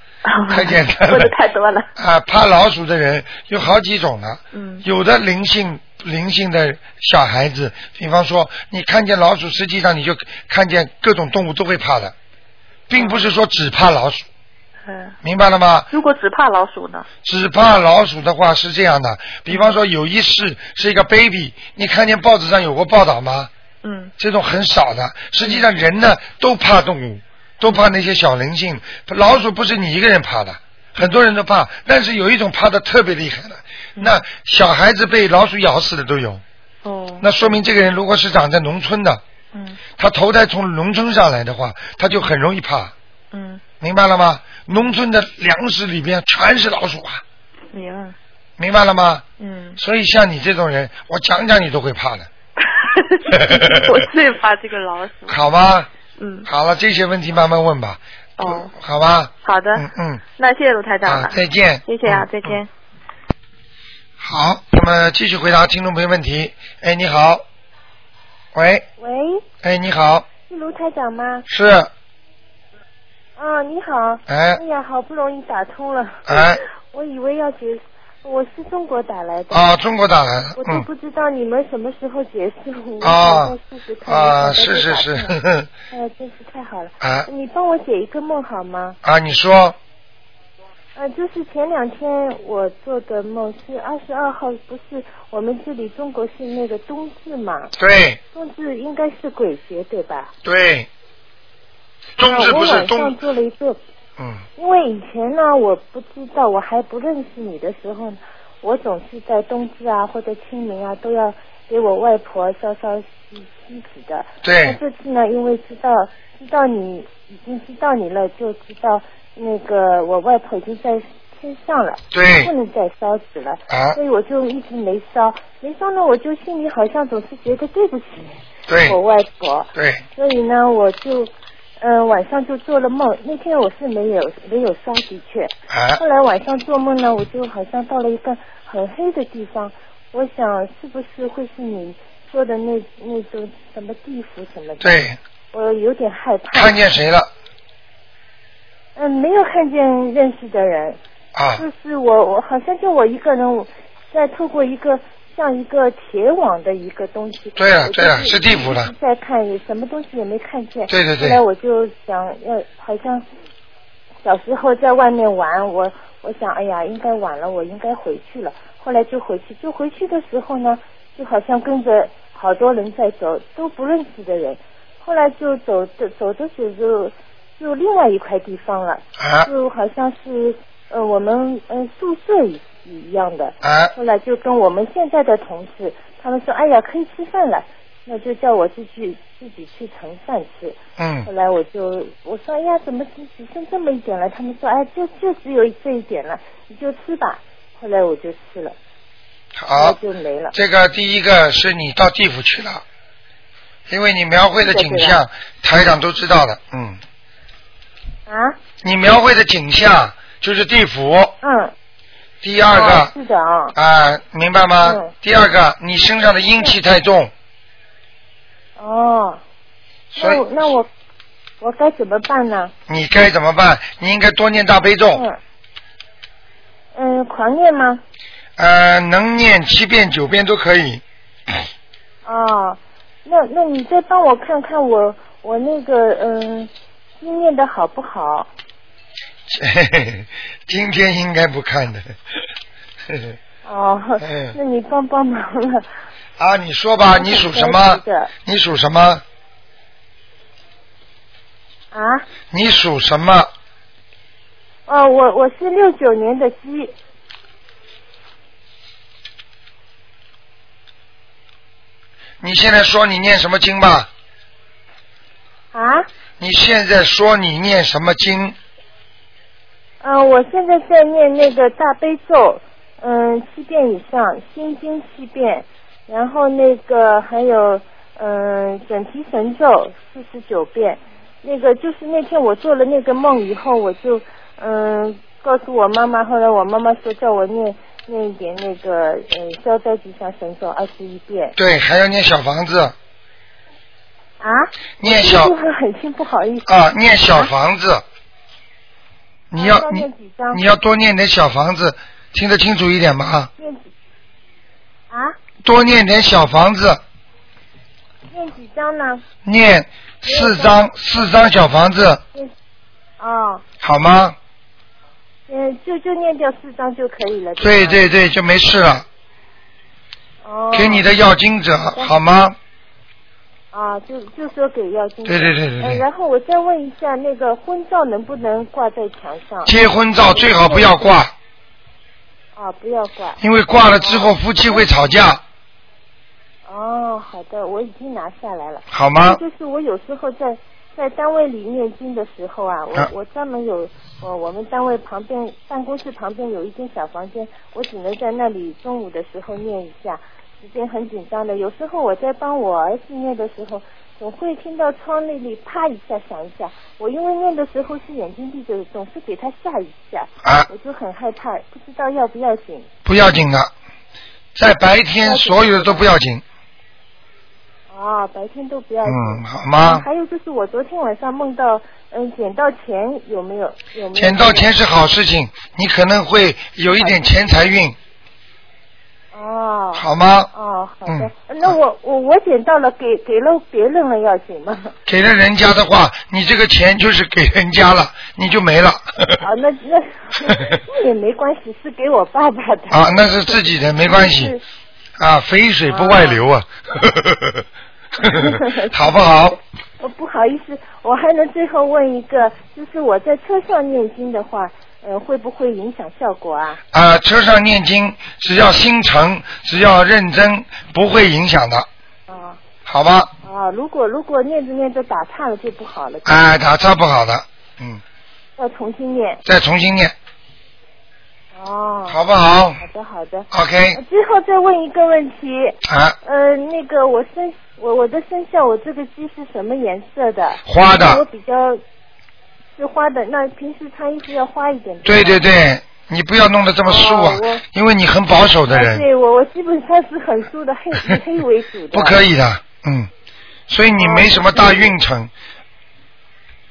太简单了
问的太多了。
啊，怕老鼠的人有好几种呢。
嗯
有的灵性灵性的小孩子，比方说你看见老鼠，实际上你就看见各种动物都会怕的，并不是说只怕老鼠，
嗯，
明白了吗？
如果只怕老鼠呢？
只怕老鼠的话是这样的，比方说有一世是一个 baby，你看见报纸上有过报道吗？
嗯，
这种很少的。实际上人呢都怕动物，都怕那些小灵性。老鼠不是你一个人怕的，很多人都怕，但是有一种怕的特别厉害的，
嗯
那小孩子被老鼠咬死的都有。
哦，
那说明这个人如果是长在农村的，
嗯
他投胎从农村上来的话，他就很容易怕，
嗯，
明白了吗？农村的粮食里边全是老鼠啊，
明白，
明白了吗？
嗯，
所以像你这种人，我讲讲你都会怕的，
我最怕这个老鼠。
好吗？
嗯，
好了，这些问题慢慢问吧，
哦，
好吧？
好的，
嗯嗯，
那谢谢卢台长
啊
了，，
再见。
谢谢啊，
嗯
再见。
好，那么继续回答听众朋友问题。哎，你好，喂，
喂，
哎，你好，
是卢台长吗？
是，
啊，你好。
哎
哎呀，好不容易打通了。
哎，
我以为要结，我是中国打来的。
啊，中国打来了
我，都
嗯，
不知道你们什么时候结束，
啊
我想再试试看。
啊，
我想
是
再
是是，呵
打通
呵
哎呀，真是太好了！
啊
你帮我解一个梦好吗？
啊，你说
呃，就是前两天我做的梦是二十二号，不是我们这里中国是那个冬至嘛？
对
冬至应该是鬼节对吧？
对，中
啊
指不
我
是
晚上
中，
做了一个
嗯，
因为以前呢，我不知道，我还不认识你的时候，我总是在冬至啊或者清明啊都要给我外婆烧烧锡锡纸的。那
对
这次呢，因为知道知道你已经知道你了，就知道那个我外婆已经在天上了，
对
不能再烧纸了，
啊
所以我就一直没烧。没烧呢，我就心里好像总是觉得对不起
对
我外婆。
对，
所以呢，我就，嗯、晚上就做了梦。那天我是没有没有烧，的确。
啊
后来晚上做梦呢，我就好像到了一个很黑的地方，我想是不是会是你说的那那种什么地府什么的？。
对，
我有点害怕。
看见谁了
嗯，没有看见认识的人，
啊？
就是我我好像就我一个人，我在透过一个。像一个铁网的一个东西，
对啊
我就
对啊
一
是地府了
一直在看也什么东西也没看见，
对对对
后来我就想要，好像小时候在外面玩，我我想，哎呀，应该晚了，我应该回去了。后来就回去，就回去的时候呢，就好像跟着好多人在走，都不认识的人。后来就走着走着走着，就另外一块地方了，
啊
就好像是呃我们嗯、呃宿舍一一样的。
啊
后来就跟我们现在的同事，他们说，哎呀，可以吃饭了，那就叫我自己自己去盛饭吃。后
嗯
来我就我说，哎呀，怎么只只剩这么一点了？他们说，哎，就就只有这一点了，你就吃吧。后来我就吃了，然后
好，
就没了。
这个第一个是你到地府去了，因为你描绘的景
对
象，台长都知道了，嗯，
啊，
你描绘的景象就是地府。
嗯，
第二个
哦是的啊、
啊、明白吗？
嗯
第二个，你身上的阴气太重，
哦，
所
那
以
我那我我该怎么办呢？
你该怎么办？你应该多念大悲咒，
嗯嗯，狂念吗？
呃，能念七遍九遍都可以。
哦，那那你再帮我看看我我那个嗯，经念的好不好？
今天应该不看的。
哦
嗯，
那你帮帮忙了。
啊，你说吧，
嗯
你属什么
是？的
你属什么？
啊？
你属什么？
哦，我我是六九年的鸡。
你现在说你念什么经吧？
啊，
你现在说你念什么经？
呃，我现在在念那个大悲咒，嗯，七遍以上，心经七遍，然后那个还有嗯准提神咒四十九遍，那个就是那天我做了那个梦以后，我就嗯告诉我妈妈，后来我妈妈说叫我念念一点那个嗯消灾吉祥神咒二十一遍
对，还要念小房子，
啊，
念小
这个很轻，不好意思
啊，念小房子。你要
要
你
啊念几张
你要多念点小房子，听得清楚一点吗？
念几啊
多念点小房子，
念几张呢？
念四张四张小房子，
哦。
好吗？
嗯，就就念掉四张就可以了。
对
吧。
对对，就没事了。
哦。
给你的要经者，好吗？
啊，就就说给要经者。
对对对对对
呃然后我再问一下，那个婚照能不能挂在墙上？
结婚照最好不要挂，
啊，不要挂。
因为挂了之后夫妻会吵架，
哦，好的，我已经拿下来了。
好吗？
就是我有时候在在单位里念经的时候啊，我、
啊
我专门有我我们单位旁边办公室旁边有一间小房间，我只能在那里中午的时候念一下，时间很紧张的。有时候我在帮我儿子念的时候，总会听到窗那里啪一下响一下。我因为念的时候是眼睛闭着的，总是给他吓一下，
啊
我就很害怕，不知道要不要紧。
不要紧的。在白天所有的都不要紧，
啊，白天都不要紧。
嗯好吗
嗯还有就是，我昨天晚上梦到，嗯，捡到钱有没有？有没有？
捡到钱是好事情，你可能会有一点钱财运，
哦。
好吗？
哦，好
嗯
的。那我我我捡到了，给给了别人了要紧吗？
给了人家的话，你这个钱就是给人家了，你就没了。
啊，那那 那也没关系，是给我爸爸的。
啊，那是自己 的，没关系
是。
啊，肥水不外流啊， 好不好？
我不好意思，我还能最后问一个，就是我在车上念经的话，呃，会不会影响效果啊？
啊，车上念经，只要心诚，只要认真，不会影响的，
啊
好吧？
啊，如果如果念着念着打岔了就不好了，
啊，打岔不好的，嗯，
要重新念。
再重新念，
哦，
好不好
好的，好的。
？OK，
最后再问一个问题，
啊，
呃，那个我生我我的生肖，我这个鸡是什么颜色的？
花的
我比较是花的，那平时穿衣服要花一点。
对对对，你不要弄得这么素啊
哦我，
因为你很保守的
啊
人，
对我我基本上是很素的，黑以黑为主的。
不可。以的，嗯，所以你没什么大运程，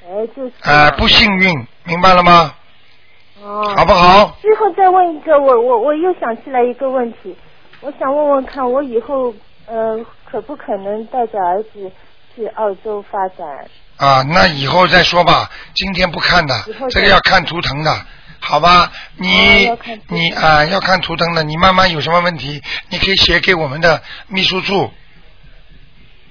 哎，就是。
啊，不。幸运，明白了吗？
哦。
好不好？
最后再问一个，我我我又想起来一个问题，我想问问看，我以后呃可不可能带着儿子去澳洲发展？
啊，那以后再说吧，今天不看的
以后，再
这个要看图腾的，好吧？你、
哦要看图腾
你啊，要看图腾的，你慢慢有什么问题，你可以写给我们的秘书处，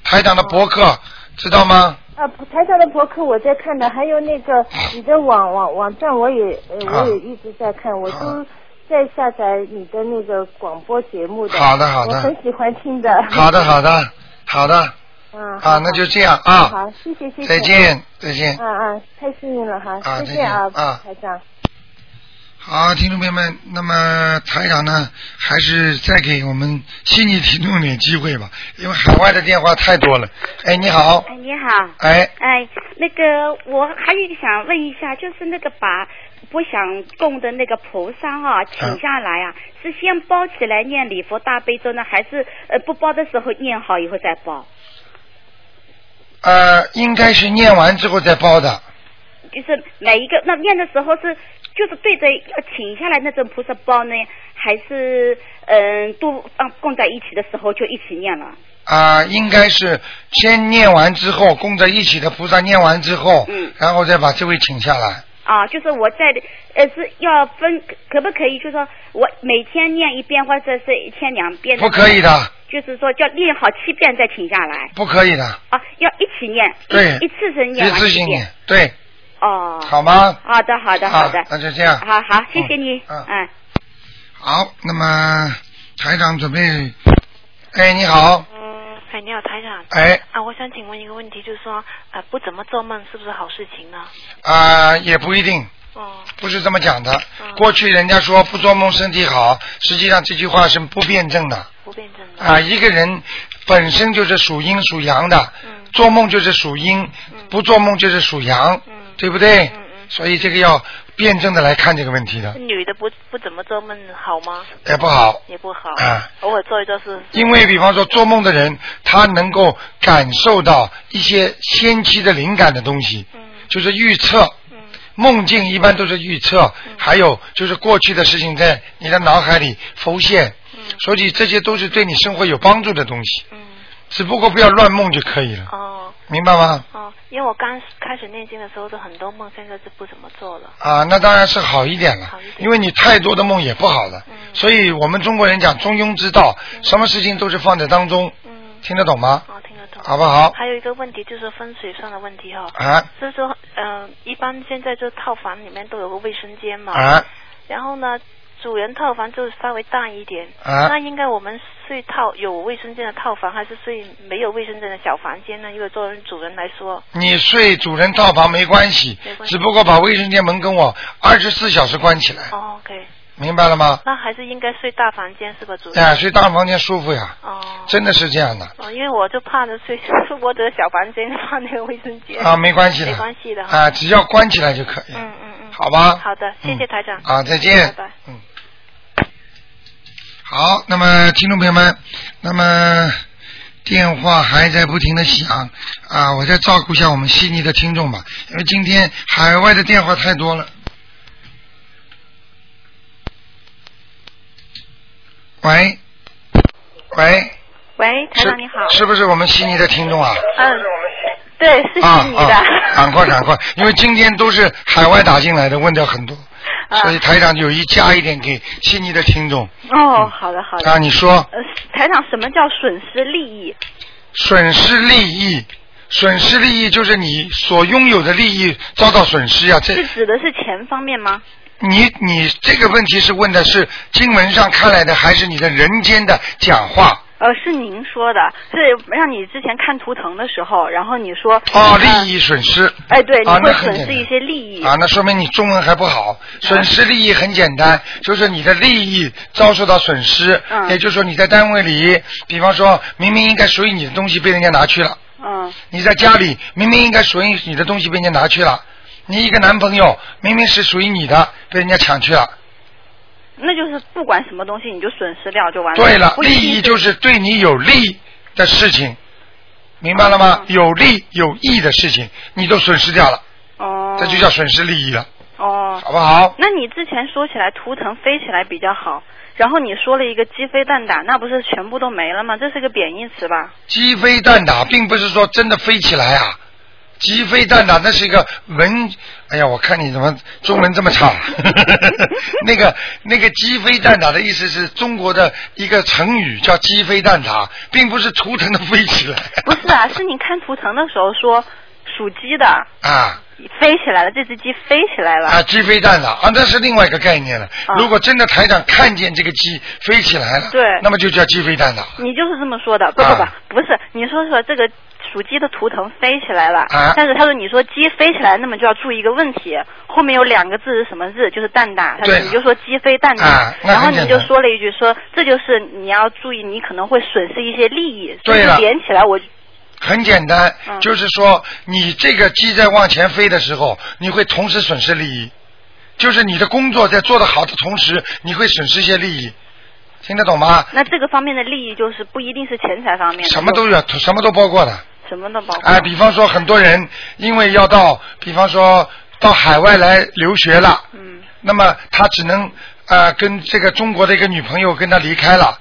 台长的博客，
哦
知道吗？
啊，台上的博客我在看的，还有那个你的网网网站我也呃
啊
我也一直在看，我
好
都在下载你的那个广播节目的。
好的好的
我很喜欢听的。
好的， 好的，好的，
嗯。好
啊，那就这样啊，
好，谢谢谢谢。
再。见，再见。
嗯嗯，太幸运了哈，
啊
再见啊
再见啊，
台长。
好，听众朋友们，那么台长呢，还是再给我们悉尼听众点机会吧，因为海外的电话太多了。哎，你好，
哎，你好。
哎，
哎，那个我还有一个想问一下，就是那个把不想供的那个菩萨哈、请下来啊，是先包起来念礼佛大悲咒呢，还是呃不包的时候念好以后再包？
呃，应该是念完之后再包的。
就是每一个那念的时候是就是对着要请下来那尊菩萨包呢，还是嗯、都放供在一起的时候就一起念了？
啊、应该是先念完之后，供在一起的菩萨念完之后，
嗯
然后再把这位请下来。
啊，就是我在的，呃，是要分，可不可以？就是说我每天念一遍，或者是一天两遍？
不可以的，
就是说叫念好七遍再请下来
不可以的，
啊，要一起念，
对
一一次性
一
念完
次
七
性
遍
念，对，
哦。
好吗？
好的，好的，好的
啊，，那就这样。
好好，谢谢你，
嗯嗯
嗯，
好，那么台长准备，哎，你好，
嗯，哎，你好，台长。
哎，
啊，我想请问一个问题，就是说，呃，不怎么做梦是不是好事情呢？
啊、也不一定，
哦，
不是这么讲的。
嗯
过去人家说不做梦身体好，实际上这句话是不辩证的。
不辩证的。
啊，一个人本身就是属阴属阳的，
嗯
做梦就是属阴，不做梦就是属阳，
嗯
对不对？
嗯嗯
所以这个要辩证的来看这个问题的，
女的不不怎么做梦好吗？
也不好。
也不好。
啊
偶尔做一做是。
因为比方说做梦的人，他能够感受到一些先期的灵感的东西，
嗯
就是预测。
嗯
梦境一般都是预测，还有就是过去的事情在你的脑海里浮现，
嗯
所以这些都是对你生活有帮助的东西。
嗯。
只不过不要乱梦就可以了，
哦
明白吗？
哦，因为我刚开始念经的时候是很多梦，现在是不怎么做了。
啊，那当然是好一点了
好一，点
因为你太多的梦也不好了。
嗯
所以我们中国人讲中庸之道，什么事情都是放在当中，
嗯。
听得懂吗？
哦，听得懂。
好不好？
还有一个问题就是风水上的问题哈、
啊
就是说，嗯、一般现在就套房里面都有个卫生间嘛，
啊
然后呢，主人套房就稍微大一点，
啊
那应该我们睡套有卫生间的套房，还是睡没有卫生间的小房间呢？因为作为主人来说，
你睡主人套房没关系，只不过把卫生间门跟我二十四小时关起来，
哦，OK，
明白了吗？
那还是应该睡大房间是吧，主人？哦
哎，睡大房间舒服呀，真的是这样的
哦，因为我就怕着睡 我的小房间，怕那个卫生间。
啊，没关系的，
没关系的哈。
啊，只要关起来就可以，
嗯嗯嗯，
好吧？
好的，谢谢台长。嗯
啊再见
拜拜。
好，那么听众朋友们，那么电话还在不停的响啊，我再照顾一下我们悉尼的听众吧，因为今天海外的电话太多了。喂，喂，
喂，台
是
长你好。
是不是我们悉尼的听众啊？
嗯，对，是
啊
悉尼的。
啊，赶快赶快，因为今天都是海外打进来的，问的很多，
啊
所以台长有一加一点给悉尼的听众。
哦，好的好的。
啊你说
呃，台长，什么叫损失利益？
损失利益，损失利益就是你所拥有的利益遭到损失呀、这
是指的是钱方面吗？
你你这个问题是问的是经文上看来的，还是你的人间的讲话？
呃，是您说的，是让你之前看图腾的时候，然后你说
哦，
呃
利益损失。
哎，对，你
啊，
会
那很简
损失一
单。
些利益。啊
啊，那说明你中文还不好。损失利益很简单，就是你的利益遭受到损失，
嗯
也就是说你在单位里，比方说明明应该属于你的东西被人家拿去了，
嗯
你在家里明明应该属于你的东西被人家拿去了，你一个男朋友明明是属于你的被人家抢去了。
啊那就是不管什么东西，你就损失掉就完了。
对了，
不一
利
定
益就是对你有利的事情，明白了
嗯
吗？有利有益的事情你都损失掉了，
哦
这就叫损失利益了，
哦，
好不好？
那你之前说起来图腾飞起来比较好，然后你说了一个鸡飞蛋打，那不是全部都没了吗？这是个贬义词吧？
鸡飞蛋打，并不是说真的飞起来啊。鸡飞蛋打，那是一个文，哎呀，我看你怎么中文这么差。啊 那个那个鸡飞蛋打的意思是中国的一个成语，叫鸡飞蛋打，并不是图腾的飞起来
不是啊，是你看图腾的时候说属鸡的
啊
飞起来了，这只鸡飞起来了。
啊，鸡飞蛋打啊，那是另外一个概念了。如果真的台长看见这个鸡飞起来了，
对
那么就叫鸡飞蛋打。
你就是这么说的，不不不，
啊
不是，你说说这个属鸡的图腾飞起来了，
啊
但是他说你说鸡飞起来，那么就要注意一个问题，后面有两个字是什么字？就是蛋打，他说
对
你就说鸡飞蛋打，
啊那
然后
很
你
简
就
单
说了一句说这就是你要注意，你可能会损失一些利益，所以
对
就
了
连起来我就
很简单，
嗯
就是说你这个鸡在往前飞的时候，你会同时损失利益，就是你的工作在做得好的同时，你会损失一些利益，听得懂吗？
那这个方面的利益就是不一定是钱财方面的，
什么都有，什么都包括的。
就什么都包括。
哎，比方说很多人因为要到，比方说到海外来留学了，
嗯，
那么他只能呃跟这个中国的一个女朋友跟他离开了，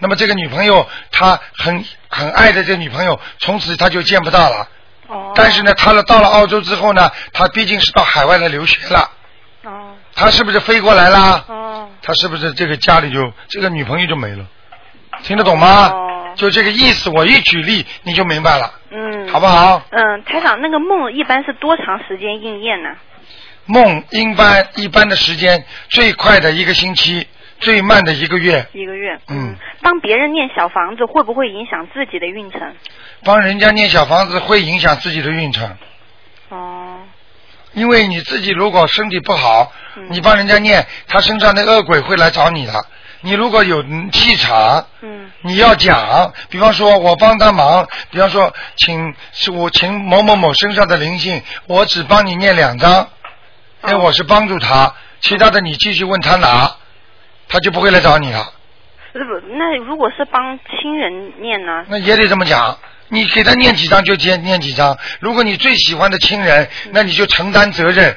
那么这个女朋友他很很爱的这个女朋友，从此他就见不到了。
哦。
但是呢，他了到了澳洲之后呢，他毕竟是到海外来留学了，
哦
他是不是飞过来啦？
哦
他是不是这个家里就这个女朋友就没了？听得懂吗？
哦
就这个意思，我一举例你就明白了，
嗯，
好不好？
嗯，台长，那个梦一般是多长时间应验呢？
梦一般一般的时间，最快的一个星期，最慢的一个月。
一个月。
嗯，
帮别人念小房子会不会影响自己的运程？
帮人家念小房子会影响自己的运程，
哦，
因为你自己如果身体不好，
嗯
你帮人家念，他身上的恶鬼会来找你的。你如果有嗯气场，
嗯
你要讲，比方说我帮他忙，比方说请是我请某某某身上的灵性，我只帮你念两
哦
张，因为我是帮助他，其他的你继续问他拿，他就不会来找你了。
是不？那如果是帮亲人念呢？
那也得这么讲，你给他念几张就接念几张。如果你最喜欢的亲人，
嗯
那你就承担责任。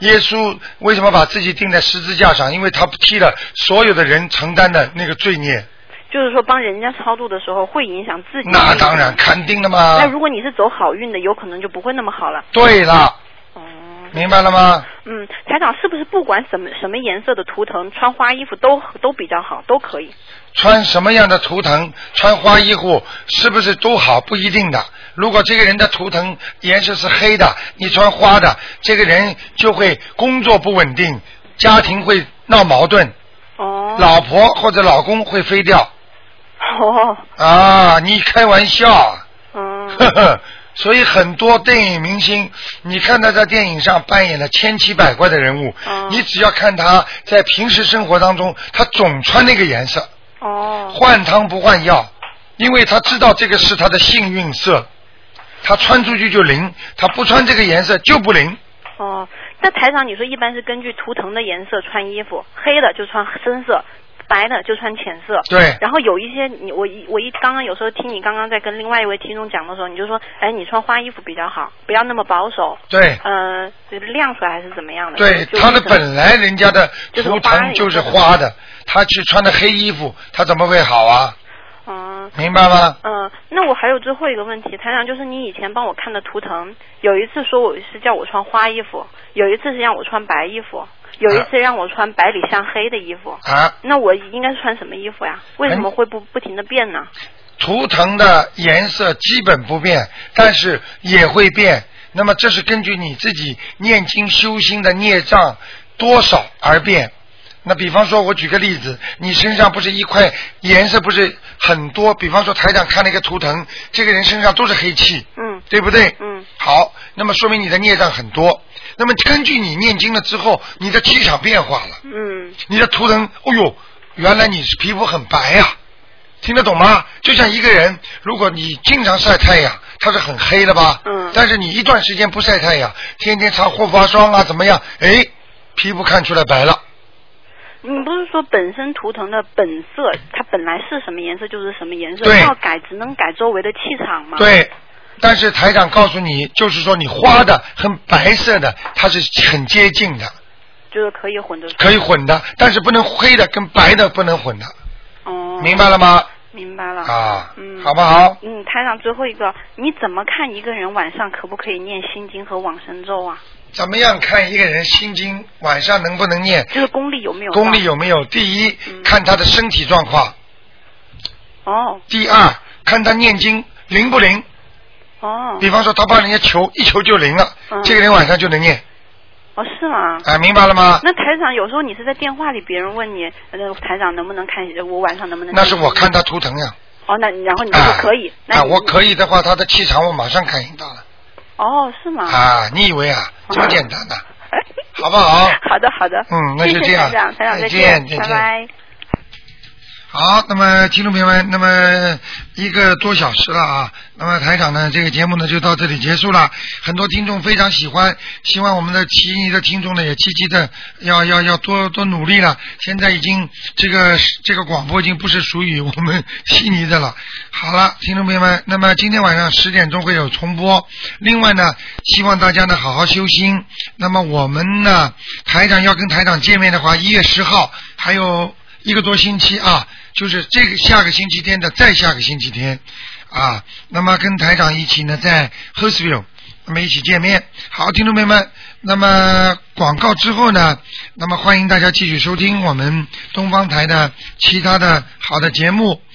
耶稣为什么把自己钉在十字架上？因为他替了所有的人承担的那个罪孽。
就是说帮人家超度的时候会影响自己。
那当然，。肯定的
嗯那
嘛。
如果你是走好运的，有可能就不会那么好了。
对了，
哦
明白了吗？
嗯，台长是不是不管什么什么颜色的图腾，穿花衣服都都比较好，都可以？
穿什么样的图腾，穿花衣服，是不是都好？不一定的。如果这个人的图腾颜色是黑的，你穿花的，这个人就会工作不稳定，家庭会闹矛盾，
哦
老婆或者老公会飞掉
哦，
啊！你开玩笑啊，
嗯
呵呵。所以很多电影明星，你看他在电影上扮演了千奇百怪的人物，
嗯
你只要看他在平时生活当中，他总穿那个颜色，
哦，
换汤不换药，因为他知道这个是他的幸运色，他穿出去就灵，他不穿这个颜色就不灵。
哦，那台长，你说一般是根据图腾的颜色穿衣服，黑的就穿深色。白的就穿浅色，
对
然后有一些你我一我一刚刚有时候听你刚刚在跟另外一位听众讲的时候，你就说，哎，你穿花衣服比较好，不要那么保守。
对
嗯、就是亮出来还是怎么样的？
对，
就
他的
就
本来人家的
就是
图
花
腾
里
就是花的，他去穿的黑衣服，他怎么会好啊？
嗯，
明白吗？
嗯，那我还有最后一个问题，台长，就是你以前帮我看的图腾，有一次说我是叫我穿花衣服，有一次是让我穿白衣服，有一次让我穿白里向黑的衣服。
啊，
那我应该穿什么衣服呀？为什
哎
么会不不停的变呢？
图腾的颜色基本不变，但是也会变。那么这是根据你自己念经修心的孽障多少而变。那比方说，我举个例子，你身上不是一块颜色不是很多？比方说，台长看了一个图腾，这个人身上都是黑气，
嗯，
对不对？
嗯，
好，那么说明你的孽障很多。那么根据你念经了之后，你的气场变化了。
嗯
你的图腾，哦呦，原来你是皮肤很白呀、听得懂吗？就像一个人，如果你经常晒太阳，他是很黑的吧？
嗯
但是你一段时间不晒太阳，天天擦护发霜啊，怎么样？哎，皮肤看出来白了。
你不是说本身图腾的本色，它本来是什么颜色就是什么颜色，
对
要改只能改周围的气场吗？
对。但是台长告诉你，就是说你花的和白色的，它是很接近的，
就是可以混着穿。
可以混的，但是不能黑的跟白的不能混的，
哦，
明白了吗？
明白了。
啊，
嗯，
好不好？
嗯，台长，最后一个，你怎么看一个人晚上可不可以念心经和往生咒啊？
怎么样看一个人心经晚上能不能念？
就是功力有没有？嗯
功力有没有？第一，看他的身体状况；
哦
第二，看他念经灵不灵。
哦
比方说，他帮人家求，一求就灵了，
嗯
这个人晚上就能念。
哦，是吗？
啊明白了吗
那台长，有时候你是在电话里，别人问你，呃，台长能不能看呃我晚上能不能？
那是我看。他图腾呀。
哦，那然后你就说可以，那
啊，
你
我可以的话，他的气场我马上感应到了。
哦，是吗？
啊，你以为啊，这么简单的，好不 好？
好的，好的。
嗯那就
谢谢
这样
台长，台长
再见再
见，
见
拜拜。
好，那么听众朋友们，那么一个多小时了啊，那么台长呢，这个节目呢就到这里结束了。很多听众非常喜欢，希望我们的悉尼的听众呢也积极的要要要多多努力了。现在已经这个这个广播已经不是属于我们悉尼的了。好了，听众朋友们，那么今天晚上十点钟会有重播。另外呢，希望大家呢好好修心。那么我们呢，台长要跟台长见面的话，一月十号还有一个多星期啊，就是这个下个星期天的再下个星期天啊，那么跟台长一起呢在 h e r s v i l l e 那么一起见面。好，听众朋友们，那么广告之后呢，那么欢迎大家继续收听我们东方台的其他的好的节目。